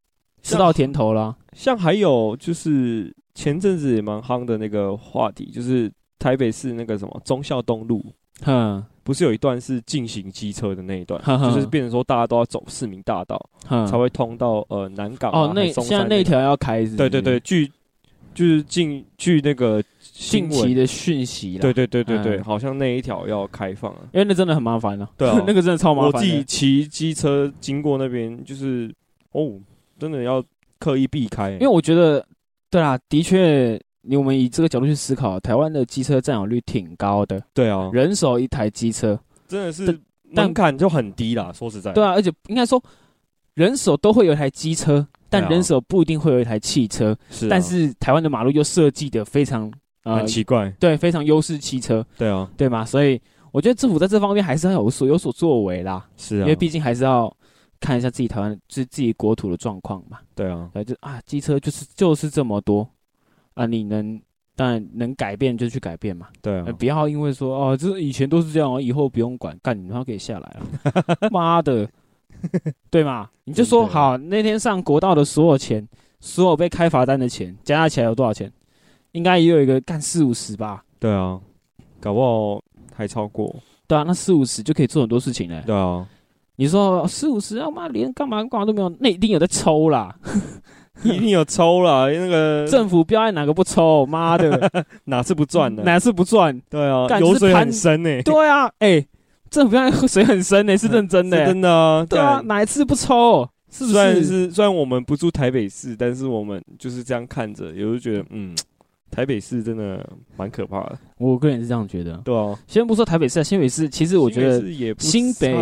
[SPEAKER 3] 吃到甜头啦。
[SPEAKER 2] 像还有就是前阵子也蛮夯的那个话题，就是台北市那个什么忠孝东路，
[SPEAKER 3] 哼
[SPEAKER 2] 不是有一段是进行机车的那一段，
[SPEAKER 3] 哈哈
[SPEAKER 2] 就是变成说大家都要走市民大道、
[SPEAKER 3] 哼，
[SPEAKER 2] 才会通到呃南港、啊、
[SPEAKER 3] 哦，那
[SPEAKER 2] 还是松
[SPEAKER 3] 现在
[SPEAKER 2] 山
[SPEAKER 3] 那
[SPEAKER 2] 那
[SPEAKER 3] 条要开是不是
[SPEAKER 2] 对对对，据就是据据那个新
[SPEAKER 3] 近
[SPEAKER 2] 闻
[SPEAKER 3] 期的讯息啦。
[SPEAKER 2] 对，对对对对，
[SPEAKER 3] 嗯
[SPEAKER 2] 好像那一条要开放啊。
[SPEAKER 3] 因为那真的很麻烦啊。
[SPEAKER 2] 对啊
[SPEAKER 3] 那个真的超麻
[SPEAKER 2] 我
[SPEAKER 3] 烦的。
[SPEAKER 2] 自己骑机车经过那边，就是哦，真的要刻意避开、
[SPEAKER 3] 因为我觉得，对啦，的确，你我们以这个角度去思考，台湾的机车占有率挺高的，
[SPEAKER 2] 对啊，
[SPEAKER 3] 人手一台机车。
[SPEAKER 2] 真的是
[SPEAKER 3] 但
[SPEAKER 2] 门槛就很低啦。说实在，
[SPEAKER 3] 对啊，而且应该说，人手都会有一台机车，但
[SPEAKER 2] 对啊
[SPEAKER 3] 人手不一定会有一台汽车。
[SPEAKER 2] 是啊，
[SPEAKER 3] 但是台湾的马路又设计的非常呃
[SPEAKER 2] 很，奇怪，
[SPEAKER 3] 对，非常优势汽车，
[SPEAKER 2] 对啊，
[SPEAKER 3] 对吗？所以我觉得政府在这方面还是要有所有所作为啦，
[SPEAKER 2] 是啊，
[SPEAKER 3] 因为毕竟还是要看一下自己台湾就是自己国土的状况嘛。
[SPEAKER 2] 对啊，
[SPEAKER 3] 对，就啊，机车就是就是这么多啊，你能当然能改变就去改变嘛，
[SPEAKER 2] 对啊
[SPEAKER 3] 呃，不要因为说哦，就是以前都是这样，以后不用管，干你他给下来 了，妈的，对嘛？你就说
[SPEAKER 2] 真的
[SPEAKER 3] 好，那天上国道的所有钱，所有被开罚单的钱加起来有多少钱？应该也有一个干四五十吧，
[SPEAKER 2] 对啊，搞不好还超过，
[SPEAKER 3] 对啊，那四五十就可以做很多事情嘞。
[SPEAKER 2] 对 啊，
[SPEAKER 3] 你说哦四五十，要妈连干嘛干嘛都没有，那一定有在抽 啦。
[SPEAKER 2] 一定有抽啦，那个
[SPEAKER 3] 政府标案哪个不抽？妈的，
[SPEAKER 2] 哪次不 赚呢？
[SPEAKER 3] 哪次不赚？
[SPEAKER 2] 对啊，
[SPEAKER 3] 干
[SPEAKER 2] 油
[SPEAKER 3] 是
[SPEAKER 2] 水
[SPEAKER 3] 攀
[SPEAKER 2] 很深欸呢，
[SPEAKER 3] 对啊，哎、政府要水很深呢、是认真的、
[SPEAKER 2] 是真的啊，
[SPEAKER 3] 对啊，
[SPEAKER 2] 干。
[SPEAKER 3] 哪一次不抽？是不
[SPEAKER 2] 虽然
[SPEAKER 3] 是？
[SPEAKER 2] 是虽然我们不住台北市，但是我们就是这样看着，有时候觉得嗯，台北市真的蛮可怕的，
[SPEAKER 3] 我个人是这样觉得。
[SPEAKER 2] 对啊。
[SPEAKER 3] 先不说台北市啊，新北市，其实我觉
[SPEAKER 2] 新
[SPEAKER 3] 得
[SPEAKER 2] 北市也不
[SPEAKER 3] 新北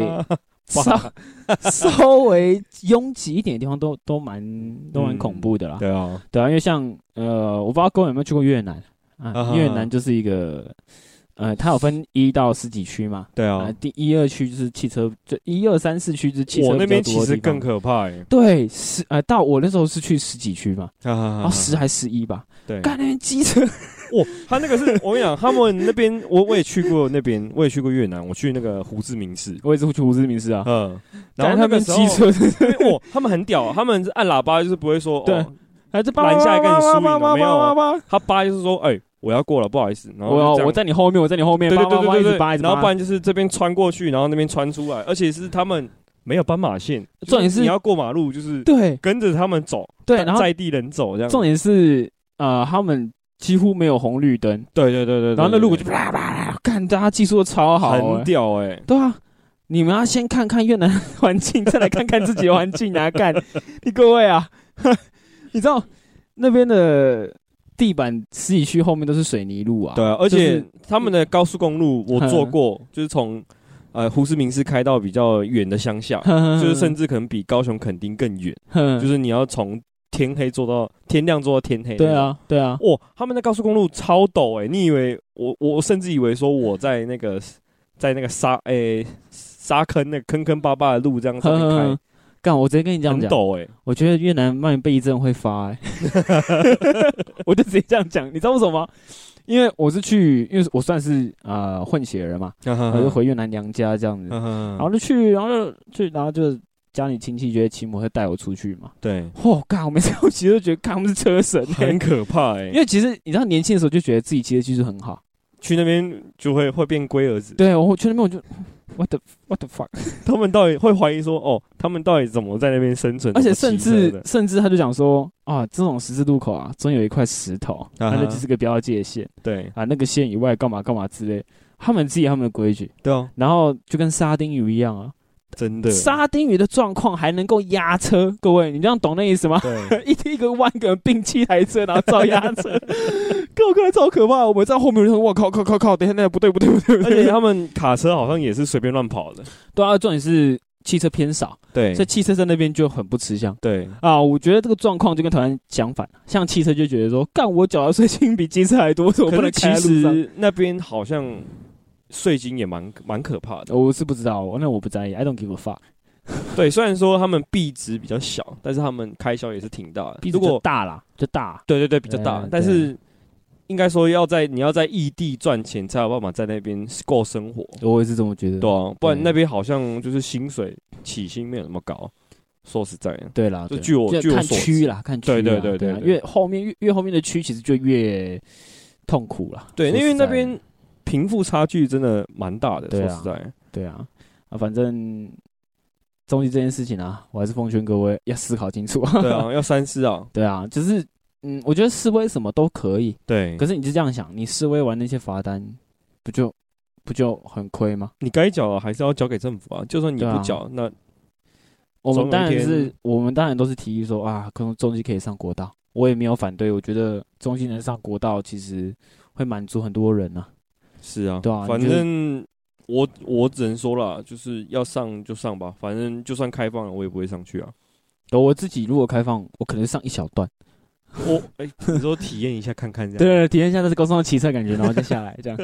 [SPEAKER 2] 差啊
[SPEAKER 3] 稍稍微拥挤一点的地方都都蛮都蛮
[SPEAKER 2] 嗯
[SPEAKER 3] 恐怖的啦。
[SPEAKER 2] 对啊，
[SPEAKER 3] 对啊，因为像呃，我不知道各位有没有去过越南
[SPEAKER 2] 啊
[SPEAKER 3] 啊？
[SPEAKER 2] 哈
[SPEAKER 3] 越南就是一个呃，它有分一到十几区嘛。
[SPEAKER 2] 对
[SPEAKER 3] 啊
[SPEAKER 2] 啊，，
[SPEAKER 3] 第一二区就是汽车，就一二三四区就是汽车
[SPEAKER 2] 我那边
[SPEAKER 3] 比
[SPEAKER 2] 其
[SPEAKER 3] 较多的
[SPEAKER 2] 实
[SPEAKER 3] 地方
[SPEAKER 2] 更可怕哎，
[SPEAKER 3] 对十呃，到我那时候是去十几区嘛，
[SPEAKER 2] 哈哈哈
[SPEAKER 3] 然后十还十一吧，
[SPEAKER 2] 对，
[SPEAKER 3] 干那边机车
[SPEAKER 2] 哇，他那个是我跟你讲，他们那边我我也去过那边，我也去过越南，我去那个胡志明市，
[SPEAKER 3] 我也是去胡志明市啊，
[SPEAKER 2] 嗯，然
[SPEAKER 3] 然
[SPEAKER 2] 后那个
[SPEAKER 3] 后他们
[SPEAKER 2] 时候
[SPEAKER 3] 机，车，
[SPEAKER 2] 因为哇，他们很屌，他们是按喇叭就是不会说，
[SPEAKER 3] 对
[SPEAKER 2] 哦，
[SPEAKER 3] 还是
[SPEAKER 2] 拦下来跟你输赢
[SPEAKER 3] 叭叭叭
[SPEAKER 2] 没有
[SPEAKER 3] 叭叭叭
[SPEAKER 2] 他叭就是说，哎，我要过了，不好意思，然后就这
[SPEAKER 3] 我
[SPEAKER 2] 样
[SPEAKER 3] 我在你后面，我在你后面，
[SPEAKER 2] 对对
[SPEAKER 3] 叭叭叭
[SPEAKER 2] 对对
[SPEAKER 3] 一
[SPEAKER 2] 对
[SPEAKER 3] 直扒
[SPEAKER 2] 对，
[SPEAKER 3] 一直
[SPEAKER 2] 然
[SPEAKER 3] 扒，
[SPEAKER 2] 后不然就是这边穿过去，然后那边穿出来，而且是他们没有斑马线，
[SPEAKER 3] 重点
[SPEAKER 2] 就是你要过马路就是
[SPEAKER 3] 对
[SPEAKER 2] 跟着他们走，
[SPEAKER 3] 对，然后
[SPEAKER 2] 在地人走这样，
[SPEAKER 3] 重点是呃，他们几乎没有红绿灯，
[SPEAKER 2] 对对对对，对
[SPEAKER 3] 然后那路
[SPEAKER 2] 对
[SPEAKER 3] 就
[SPEAKER 2] 对
[SPEAKER 3] 啪啪啪，干，大家技术都超好欸，
[SPEAKER 2] 很屌哎、
[SPEAKER 3] 对啊。你们要先看看越南的环境，再来看看自己的环境 啊！干，你各位啊， 你知道那边的地板十几区后面都是水泥路啊，
[SPEAKER 2] 对啊，而
[SPEAKER 3] 就
[SPEAKER 2] 且
[SPEAKER 3] 是嗯
[SPEAKER 2] 他们的高速公路我坐过，就是从呃胡志明市开到比较远的乡下，啊
[SPEAKER 3] 嗯
[SPEAKER 2] 就是甚至可能比高雄垦丁更远，
[SPEAKER 3] 就
[SPEAKER 2] 就是你要从天黑坐到天亮坐到天黑。
[SPEAKER 3] 对。啊，对啊，
[SPEAKER 2] 哇，他们的高速公路超陡哎、你以为我我甚至以为说我在那个在那个沙诶、沙坑那个坑坑巴巴的路这样上面
[SPEAKER 3] 嗯
[SPEAKER 2] 开，
[SPEAKER 3] 干，我直接跟你这样
[SPEAKER 2] 很
[SPEAKER 3] 讲，
[SPEAKER 2] 陡哎、
[SPEAKER 3] 我觉得越南卖倍症会发、 欸，我就直接这样讲，你知道为什么吗？因为我是去，因为我算是呃混血人嘛，我 就回越南娘家这样子，
[SPEAKER 2] 嗯
[SPEAKER 3] 然后就去，然后就去，然后就家里亲戚就会骑摩托车带我出去嘛。
[SPEAKER 2] 对，
[SPEAKER 3] 嚯、干，我每次我骑就觉得干我们是车神、欸
[SPEAKER 2] 很，可怕哎、
[SPEAKER 3] 因为其实你知道年轻的时候就觉得自己骑的技术很好，
[SPEAKER 2] 去那边就会会变龟儿子。
[SPEAKER 3] 对我去那边我就 what the what the fuck，
[SPEAKER 2] 他们到底会怀疑说，哦，他们到底怎么在那边生存？
[SPEAKER 3] 而且
[SPEAKER 2] 怎
[SPEAKER 3] 甚
[SPEAKER 2] 么骑车
[SPEAKER 3] 至
[SPEAKER 2] 的
[SPEAKER 3] 甚至他就讲说啊，这种十字路口啊，总有一块石头，
[SPEAKER 2] 啊哈
[SPEAKER 3] 那那就是个标界线
[SPEAKER 2] 对
[SPEAKER 3] 啊，那个线以外干嘛干嘛之类，他们自己有他们的规矩，
[SPEAKER 2] 对啊，
[SPEAKER 3] 然后就跟沙丁鱼一样啊，
[SPEAKER 2] 真的
[SPEAKER 3] 沙丁鱼的状况还能够压车，各位，你这样懂那意思吗？
[SPEAKER 2] 对
[SPEAKER 3] 一一个万个人并七台车，然后造压车，够 看超可怕！我们在后面就说，我靠靠靠靠，等一下那不对不对不对，不
[SPEAKER 2] 而
[SPEAKER 3] 对
[SPEAKER 2] 且他们卡车好像也是随便乱跑的，
[SPEAKER 3] 对啊，重点是汽车偏少，
[SPEAKER 2] 对
[SPEAKER 3] 所以汽车在那边就很不吃香。
[SPEAKER 2] 对
[SPEAKER 3] 啊，我觉得这个状况就跟台湾相反，像汽车就觉得说，干我缴的税金比机车还多，所以我不
[SPEAKER 2] 可
[SPEAKER 3] 能
[SPEAKER 2] 是
[SPEAKER 3] 开
[SPEAKER 2] 其
[SPEAKER 3] 在路上。
[SPEAKER 2] 实那边好像税金也蛮蛮可怕的，
[SPEAKER 3] 我是不知道，那我不在意，I don't give a fuck。
[SPEAKER 2] 对，虽然说他们币值比较小，但是他们开销也是挺大的。
[SPEAKER 3] 毕
[SPEAKER 2] 如
[SPEAKER 3] 竟就
[SPEAKER 2] 果
[SPEAKER 3] 大啦，就大，
[SPEAKER 2] 对对对比较大
[SPEAKER 3] 嗯，
[SPEAKER 2] 但
[SPEAKER 3] 对
[SPEAKER 2] 是应该说要在你要在异地赚钱，才有办法在那边过生活。
[SPEAKER 3] 我也是这么觉得。
[SPEAKER 2] 对啊，不然
[SPEAKER 3] 对
[SPEAKER 2] 那边好像就是薪水起薪没有那么高。说实在的，
[SPEAKER 3] 对啦，
[SPEAKER 2] 就
[SPEAKER 3] 对
[SPEAKER 2] 据我
[SPEAKER 3] 就
[SPEAKER 2] 据我
[SPEAKER 3] 看
[SPEAKER 2] 所
[SPEAKER 3] 区啦，看区啦，
[SPEAKER 2] 对对对
[SPEAKER 3] 啊
[SPEAKER 2] 对对
[SPEAKER 3] 越后面越越后面的区其实就越痛苦啦。
[SPEAKER 2] 对，
[SPEAKER 3] 说
[SPEAKER 2] 因为
[SPEAKER 3] 实在
[SPEAKER 2] 那
[SPEAKER 3] 的
[SPEAKER 2] 边贫富差距真的蛮大的，
[SPEAKER 3] 对
[SPEAKER 2] 说
[SPEAKER 3] 啊
[SPEAKER 2] 实 在，
[SPEAKER 3] 对啊，啊，反正中医这件事情啊，我还是奉劝各位要思考清楚。
[SPEAKER 2] 对啊，要三思啊，
[SPEAKER 3] 对啊，就是嗯，我觉得示威什么都可以，
[SPEAKER 2] 对，
[SPEAKER 3] 可是你就这样想，你示威完那些罚单，不就不就很亏吗？
[SPEAKER 2] 你该缴的还是要交给政府啊，就算你
[SPEAKER 3] 对啊
[SPEAKER 2] 不缴，那
[SPEAKER 3] 我
[SPEAKER 2] 总有
[SPEAKER 3] 们当
[SPEAKER 2] 一天
[SPEAKER 3] 然是，我们当然都是提议说啊，可能中西可以上国道，我也没有反对。我觉得中西能上国道，其实会满足很多人啊。
[SPEAKER 2] 是啊，
[SPEAKER 3] 对啊
[SPEAKER 2] 反
[SPEAKER 3] 你就是
[SPEAKER 2] 正我我只能说了，就是要上就上吧，反正就算开放了，我也不会上去 啊。
[SPEAKER 3] 有我自己如果开放，我可能上一小段，
[SPEAKER 2] 我哎、你说体验一下看看这样，
[SPEAKER 3] 对对，对体验一下那是高中的骑车的感觉，然后再下来这 样。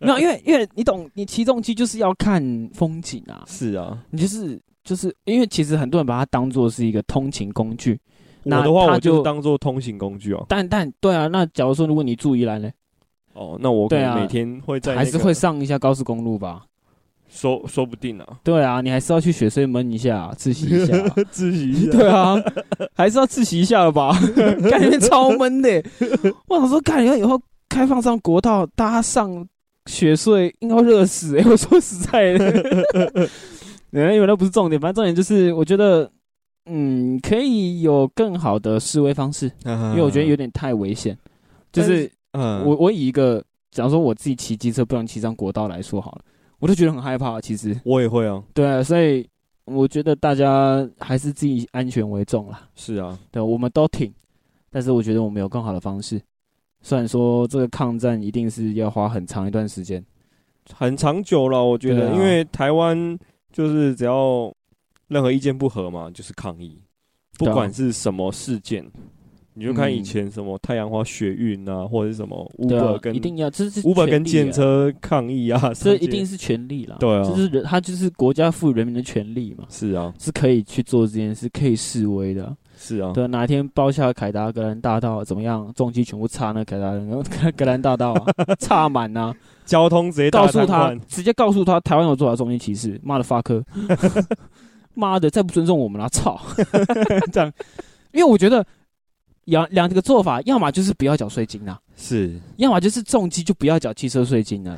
[SPEAKER 3] 没有，因为因为你懂，你骑重机就是要看风景啊，
[SPEAKER 2] 是啊，
[SPEAKER 3] 你就是就是因为其实很多人把它当做是一个通勤工具，那
[SPEAKER 2] 我的话
[SPEAKER 3] 他
[SPEAKER 2] 我就是
[SPEAKER 3] 就
[SPEAKER 2] 当做通行工具哦、
[SPEAKER 3] 但但对啊，那假如说如果你住宜兰呢，
[SPEAKER 2] 哦，那我可
[SPEAKER 3] 对
[SPEAKER 2] 能
[SPEAKER 3] 啊
[SPEAKER 2] 每天会在、那
[SPEAKER 3] 还是会
[SPEAKER 2] 个
[SPEAKER 3] 上一下高速公路吧？
[SPEAKER 2] 说说不定啊，
[SPEAKER 3] 对啊，你还是要去雪隧闷一下、啊自习一下、
[SPEAKER 2] 自习一下。
[SPEAKER 3] 对啊，还是要自习一下了吧？ 感觉超闷的欸、我想说，感觉以后开放上国道，大家上雪隧应该会热死、欸。 我说实在的， 人因为那不是重点，反正重点就是，我觉得，嗯，可以有更好的示威方式，
[SPEAKER 2] 因
[SPEAKER 3] 因为我觉得有点太危险。
[SPEAKER 2] 嗯
[SPEAKER 3] 就
[SPEAKER 2] 但
[SPEAKER 3] 是
[SPEAKER 2] 是嗯，
[SPEAKER 3] 我我以一个，假如说我自己骑机车不能骑上国道来说好了，我就觉得很害怕。其实，
[SPEAKER 2] 我也会啊，
[SPEAKER 3] 对啊，所以我觉得大家还是自己安全为重啦。
[SPEAKER 2] 是啊，
[SPEAKER 3] 对，我们都挺，但是我觉得我们有更好的方式。虽然说这个抗战一定是要花很长一段时间，
[SPEAKER 2] 很长久了，我觉
[SPEAKER 3] 对
[SPEAKER 2] 得，
[SPEAKER 3] 啊
[SPEAKER 2] 因为台湾就是只要任何意见不合嘛，就是抗议，不
[SPEAKER 3] 对啊
[SPEAKER 2] 管是什么事件，你就看以前什么太阳花学运啊，或者是什么五
[SPEAKER 3] 对
[SPEAKER 2] 本
[SPEAKER 3] 啊，
[SPEAKER 2] 跟
[SPEAKER 3] 一定要这是
[SPEAKER 2] 五本跟
[SPEAKER 3] 权
[SPEAKER 2] 建
[SPEAKER 3] 利啊，
[SPEAKER 2] 车抗议啊，
[SPEAKER 3] 这
[SPEAKER 2] 上街
[SPEAKER 3] 一定是权利啦。
[SPEAKER 2] 对啊
[SPEAKER 3] 这就是人，他就是国家赋予人民的权利嘛，
[SPEAKER 2] 是啊，
[SPEAKER 3] 是可以去做这件事，可以示威的啊。
[SPEAKER 2] 是啊，
[SPEAKER 3] 对啊，哪天包下凯达格兰大道怎么样？重机全部插那凯达格格兰 大道 啊，插满啊！
[SPEAKER 2] 交通直接大
[SPEAKER 3] 告诉
[SPEAKER 2] 瘫
[SPEAKER 3] 他
[SPEAKER 2] 痪，
[SPEAKER 3] 直接告诉他，台湾有多少种姓歧视，妈的 发科，妈的，再不尊重我们啦，操！ 这样，因为我觉得两两个做法，要么就是不要缴税金啊，
[SPEAKER 2] 是，
[SPEAKER 3] 要么就是重击就不要缴汽车税金啊。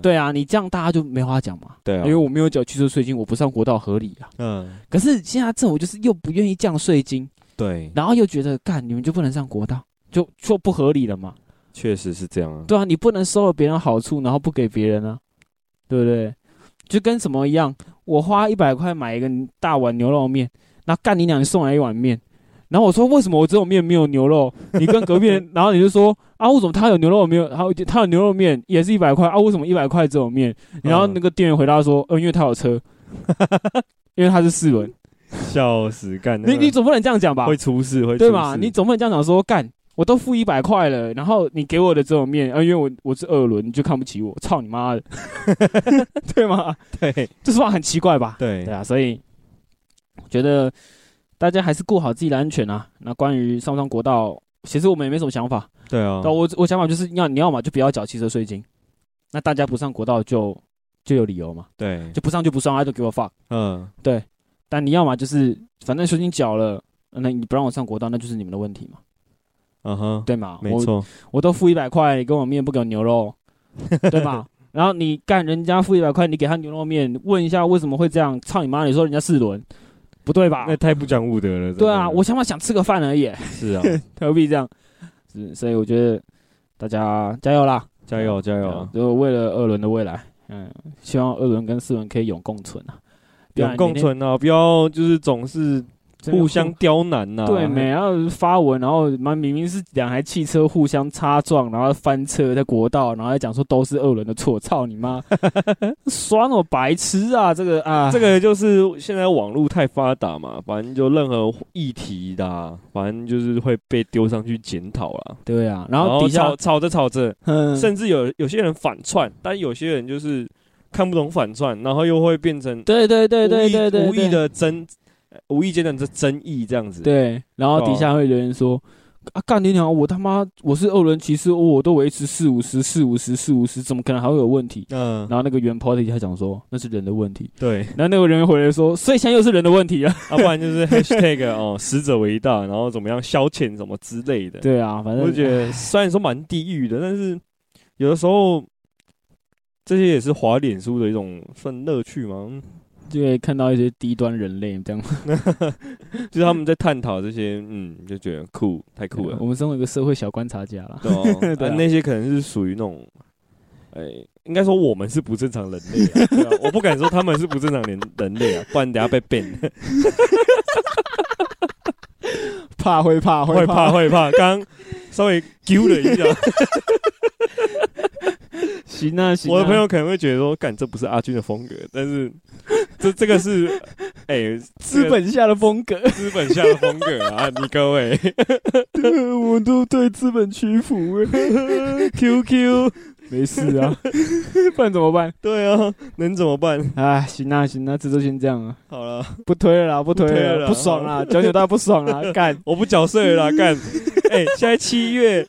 [SPEAKER 2] 对
[SPEAKER 3] 对啊，你这样大家就没话讲嘛，
[SPEAKER 2] 对啊，
[SPEAKER 3] 因为我没有缴汽车税金，我不上国道合理啊。
[SPEAKER 2] 嗯
[SPEAKER 3] 可是现在政府就是又不愿意降税金，
[SPEAKER 2] 对，
[SPEAKER 3] 然后又觉得干你们就不能上国道，就就不合理了嘛。
[SPEAKER 2] 确实是这样啊，
[SPEAKER 3] 对啊，你不能收了别人好处，然后不给别人啊，对不对？就跟什么一样，我花一百块买一个大碗牛肉面，然后干你娘送来一碗面，然后我说为什么我只有面没有牛肉？你跟隔壁人，然后你就说啊，为什么他有牛肉没有？然后他有牛肉面也是一百块啊，为什么一百块只有面？然后那个店员回答说，呃，因为他有车， 因为他是四轮，
[SPEAKER 2] 笑死干，
[SPEAKER 3] 你你总不能这样讲吧？
[SPEAKER 2] 会出事会
[SPEAKER 3] 对
[SPEAKER 2] 出
[SPEAKER 3] 嘛？
[SPEAKER 2] 事
[SPEAKER 3] 你总不能这样讲说，干，我都付一百块了，然后你给我的这种面，啊，因为我我是二轮，你就看不起我，操你妈的， 对吗？
[SPEAKER 2] 对
[SPEAKER 3] 这说法很奇怪吧？
[SPEAKER 2] 对
[SPEAKER 3] 对啊，所以我觉得大家还是顾好自己的安全啊。那关于上不上国道，其实我们也没什么想法。
[SPEAKER 2] 对啊
[SPEAKER 3] 那、，我我想法就是要你要嘛就不要缴汽车税金，那大家不上国道就就有理由嘛，
[SPEAKER 2] 对，
[SPEAKER 3] 就不上就不上，啊，就给我 fuck。
[SPEAKER 2] 嗯
[SPEAKER 3] 但你要嘛就是反正税金缴了，那你不让我上国道，那就是你们的问题嘛，
[SPEAKER 2] 嗯哼，
[SPEAKER 3] 对吗？
[SPEAKER 2] 没
[SPEAKER 3] 我
[SPEAKER 2] 错，
[SPEAKER 3] 我都付一百块，你跟我面不给我牛 肉，对吧？然后你干人家付一百块，你给他牛肉面，问一下为什么会这样？操你妈！你说人家四轮，不对吧
[SPEAKER 2] 那？太不讲武德了。
[SPEAKER 3] 啊对啊，
[SPEAKER 2] 真的
[SPEAKER 3] 我想法想吃个饭而已，
[SPEAKER 2] 是啊，
[SPEAKER 3] 何必这样？是所以我觉得大家加油啦！
[SPEAKER 2] 加油
[SPEAKER 3] 啊
[SPEAKER 2] 加油，
[SPEAKER 3] 就为了二轮的未来，嗯，希望二轮跟四轮可以永共存啊，不然
[SPEAKER 2] 有共
[SPEAKER 3] 明天
[SPEAKER 2] 存啊，不要就是总是
[SPEAKER 3] 这边
[SPEAKER 2] 互相刁难啊呐。
[SPEAKER 3] 对，没，然啊后发文，然后妈明明是两台汽车互相擦撞，然后翻车在国道，然后还讲说都是二轮的错，操你 妈！耍我白痴啊！这个啊，
[SPEAKER 2] 这个就是现在网络太发达嘛，反正就任何议题的啊，反正就是会被丢上去检讨啦。
[SPEAKER 3] 对啊，然
[SPEAKER 2] 然
[SPEAKER 3] 后底下
[SPEAKER 2] 吵吵着吵着，
[SPEAKER 3] 嗯，
[SPEAKER 2] 甚至有有些人反串，但有些人就是看不懂反串，然后又会变成
[SPEAKER 3] 对对对对对
[SPEAKER 2] 无
[SPEAKER 3] 对，
[SPEAKER 2] 意无意
[SPEAKER 3] 对
[SPEAKER 2] 的争，呃无意间的这争议这样子。
[SPEAKER 3] 哦对，然后底下会留言说。啊，干你娘！我他妈我是二轮骑士，哦我都维持四五十、四五十、四五十，怎么可能还会有问题？
[SPEAKER 2] 嗯，
[SPEAKER 3] 然后那个原 party 他讲说那是人的问题，
[SPEAKER 2] 对，
[SPEAKER 3] 然后那个人回来说，所以现在又是人的问题啊。
[SPEAKER 2] 要、不然就是 hashtag 哦，死者为大，然后怎么样消遣什么之类的。
[SPEAKER 3] 对啊，反正
[SPEAKER 2] 我就觉得虽然说蛮地狱的，但是有的时候这些也是滑脸书的一种算乐趣嘛，嗯
[SPEAKER 3] 就会看到一些低端人类这样。
[SPEAKER 2] 就是他们在探讨这些，嗯，就觉得酷，太酷啊了
[SPEAKER 3] 我。们身为一个社会小观察家啦，
[SPEAKER 2] 对哦，
[SPEAKER 3] 对啊
[SPEAKER 2] 但那些可能是属于那种，哎、应该说我们是不正常人类、啊，对 啊我不敢说他们是不正常人人类啊，不然等下被 ban，
[SPEAKER 3] 怕会怕
[SPEAKER 2] 会怕会怕。刚刚稍微揪了 一下，
[SPEAKER 3] 行啊行啊。
[SPEAKER 2] 我的朋友可能会觉得说，干这不是阿军的风格，但是 这这个是，哎、
[SPEAKER 3] 资本下的风格，
[SPEAKER 2] 资本下的风格 啊，你各位
[SPEAKER 3] 我都对资本 屈服。
[SPEAKER 2] ，QQ，
[SPEAKER 3] 没事啊，不然怎么办？
[SPEAKER 2] 对啊，能怎么办？
[SPEAKER 3] 哎，行啊行啊，这就先这样啊，
[SPEAKER 2] 好了，
[SPEAKER 3] 不推了啦，不推
[SPEAKER 2] 不推
[SPEAKER 3] 了
[SPEAKER 2] 了啦
[SPEAKER 3] 不爽啦，九九大不爽啦，干
[SPEAKER 2] 我不缴税 了啦，干，哎、现在七月，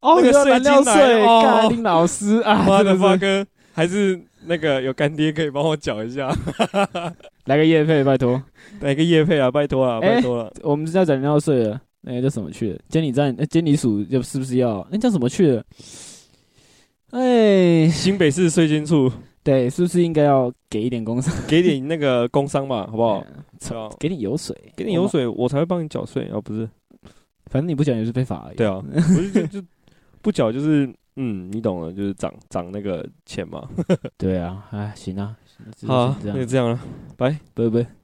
[SPEAKER 3] 哦，
[SPEAKER 2] 那个
[SPEAKER 3] 要
[SPEAKER 2] 税
[SPEAKER 3] 燃料
[SPEAKER 2] 进来
[SPEAKER 3] 税，
[SPEAKER 2] 哦
[SPEAKER 3] 干林老师啊，
[SPEAKER 2] 妈的
[SPEAKER 3] 真
[SPEAKER 2] 发
[SPEAKER 3] 的是
[SPEAKER 2] 哥，还是那个有干爹可以帮我缴一下，
[SPEAKER 3] 来个夜配，拜托，
[SPEAKER 2] 来个叶配啊，拜托了，
[SPEAKER 3] 哎
[SPEAKER 2] 拜托了，
[SPEAKER 3] 我们是要燃料税了，那个叫什么去了？监理站，呃监理署要是不是要？那叫什么去了？哎，
[SPEAKER 2] 新北市税监处
[SPEAKER 3] 对，是不是应该要给一点工伤？
[SPEAKER 2] 给点那个工商吧，好不好？对啊
[SPEAKER 3] 操，哎 给点油水，
[SPEAKER 2] 给点油，水，我才会帮你缴税啊，不是？
[SPEAKER 3] 反正你不讲也是被罚而已。
[SPEAKER 2] 对啊，不是就就不缴就是。嗯，你懂了，就是涨涨那个钱嘛。
[SPEAKER 3] 对啊，哎，行啊，行啊这就
[SPEAKER 2] 好啊
[SPEAKER 3] 先，这
[SPEAKER 2] 那就
[SPEAKER 3] 样，
[SPEAKER 2] 这样了。啊
[SPEAKER 3] 拜拜。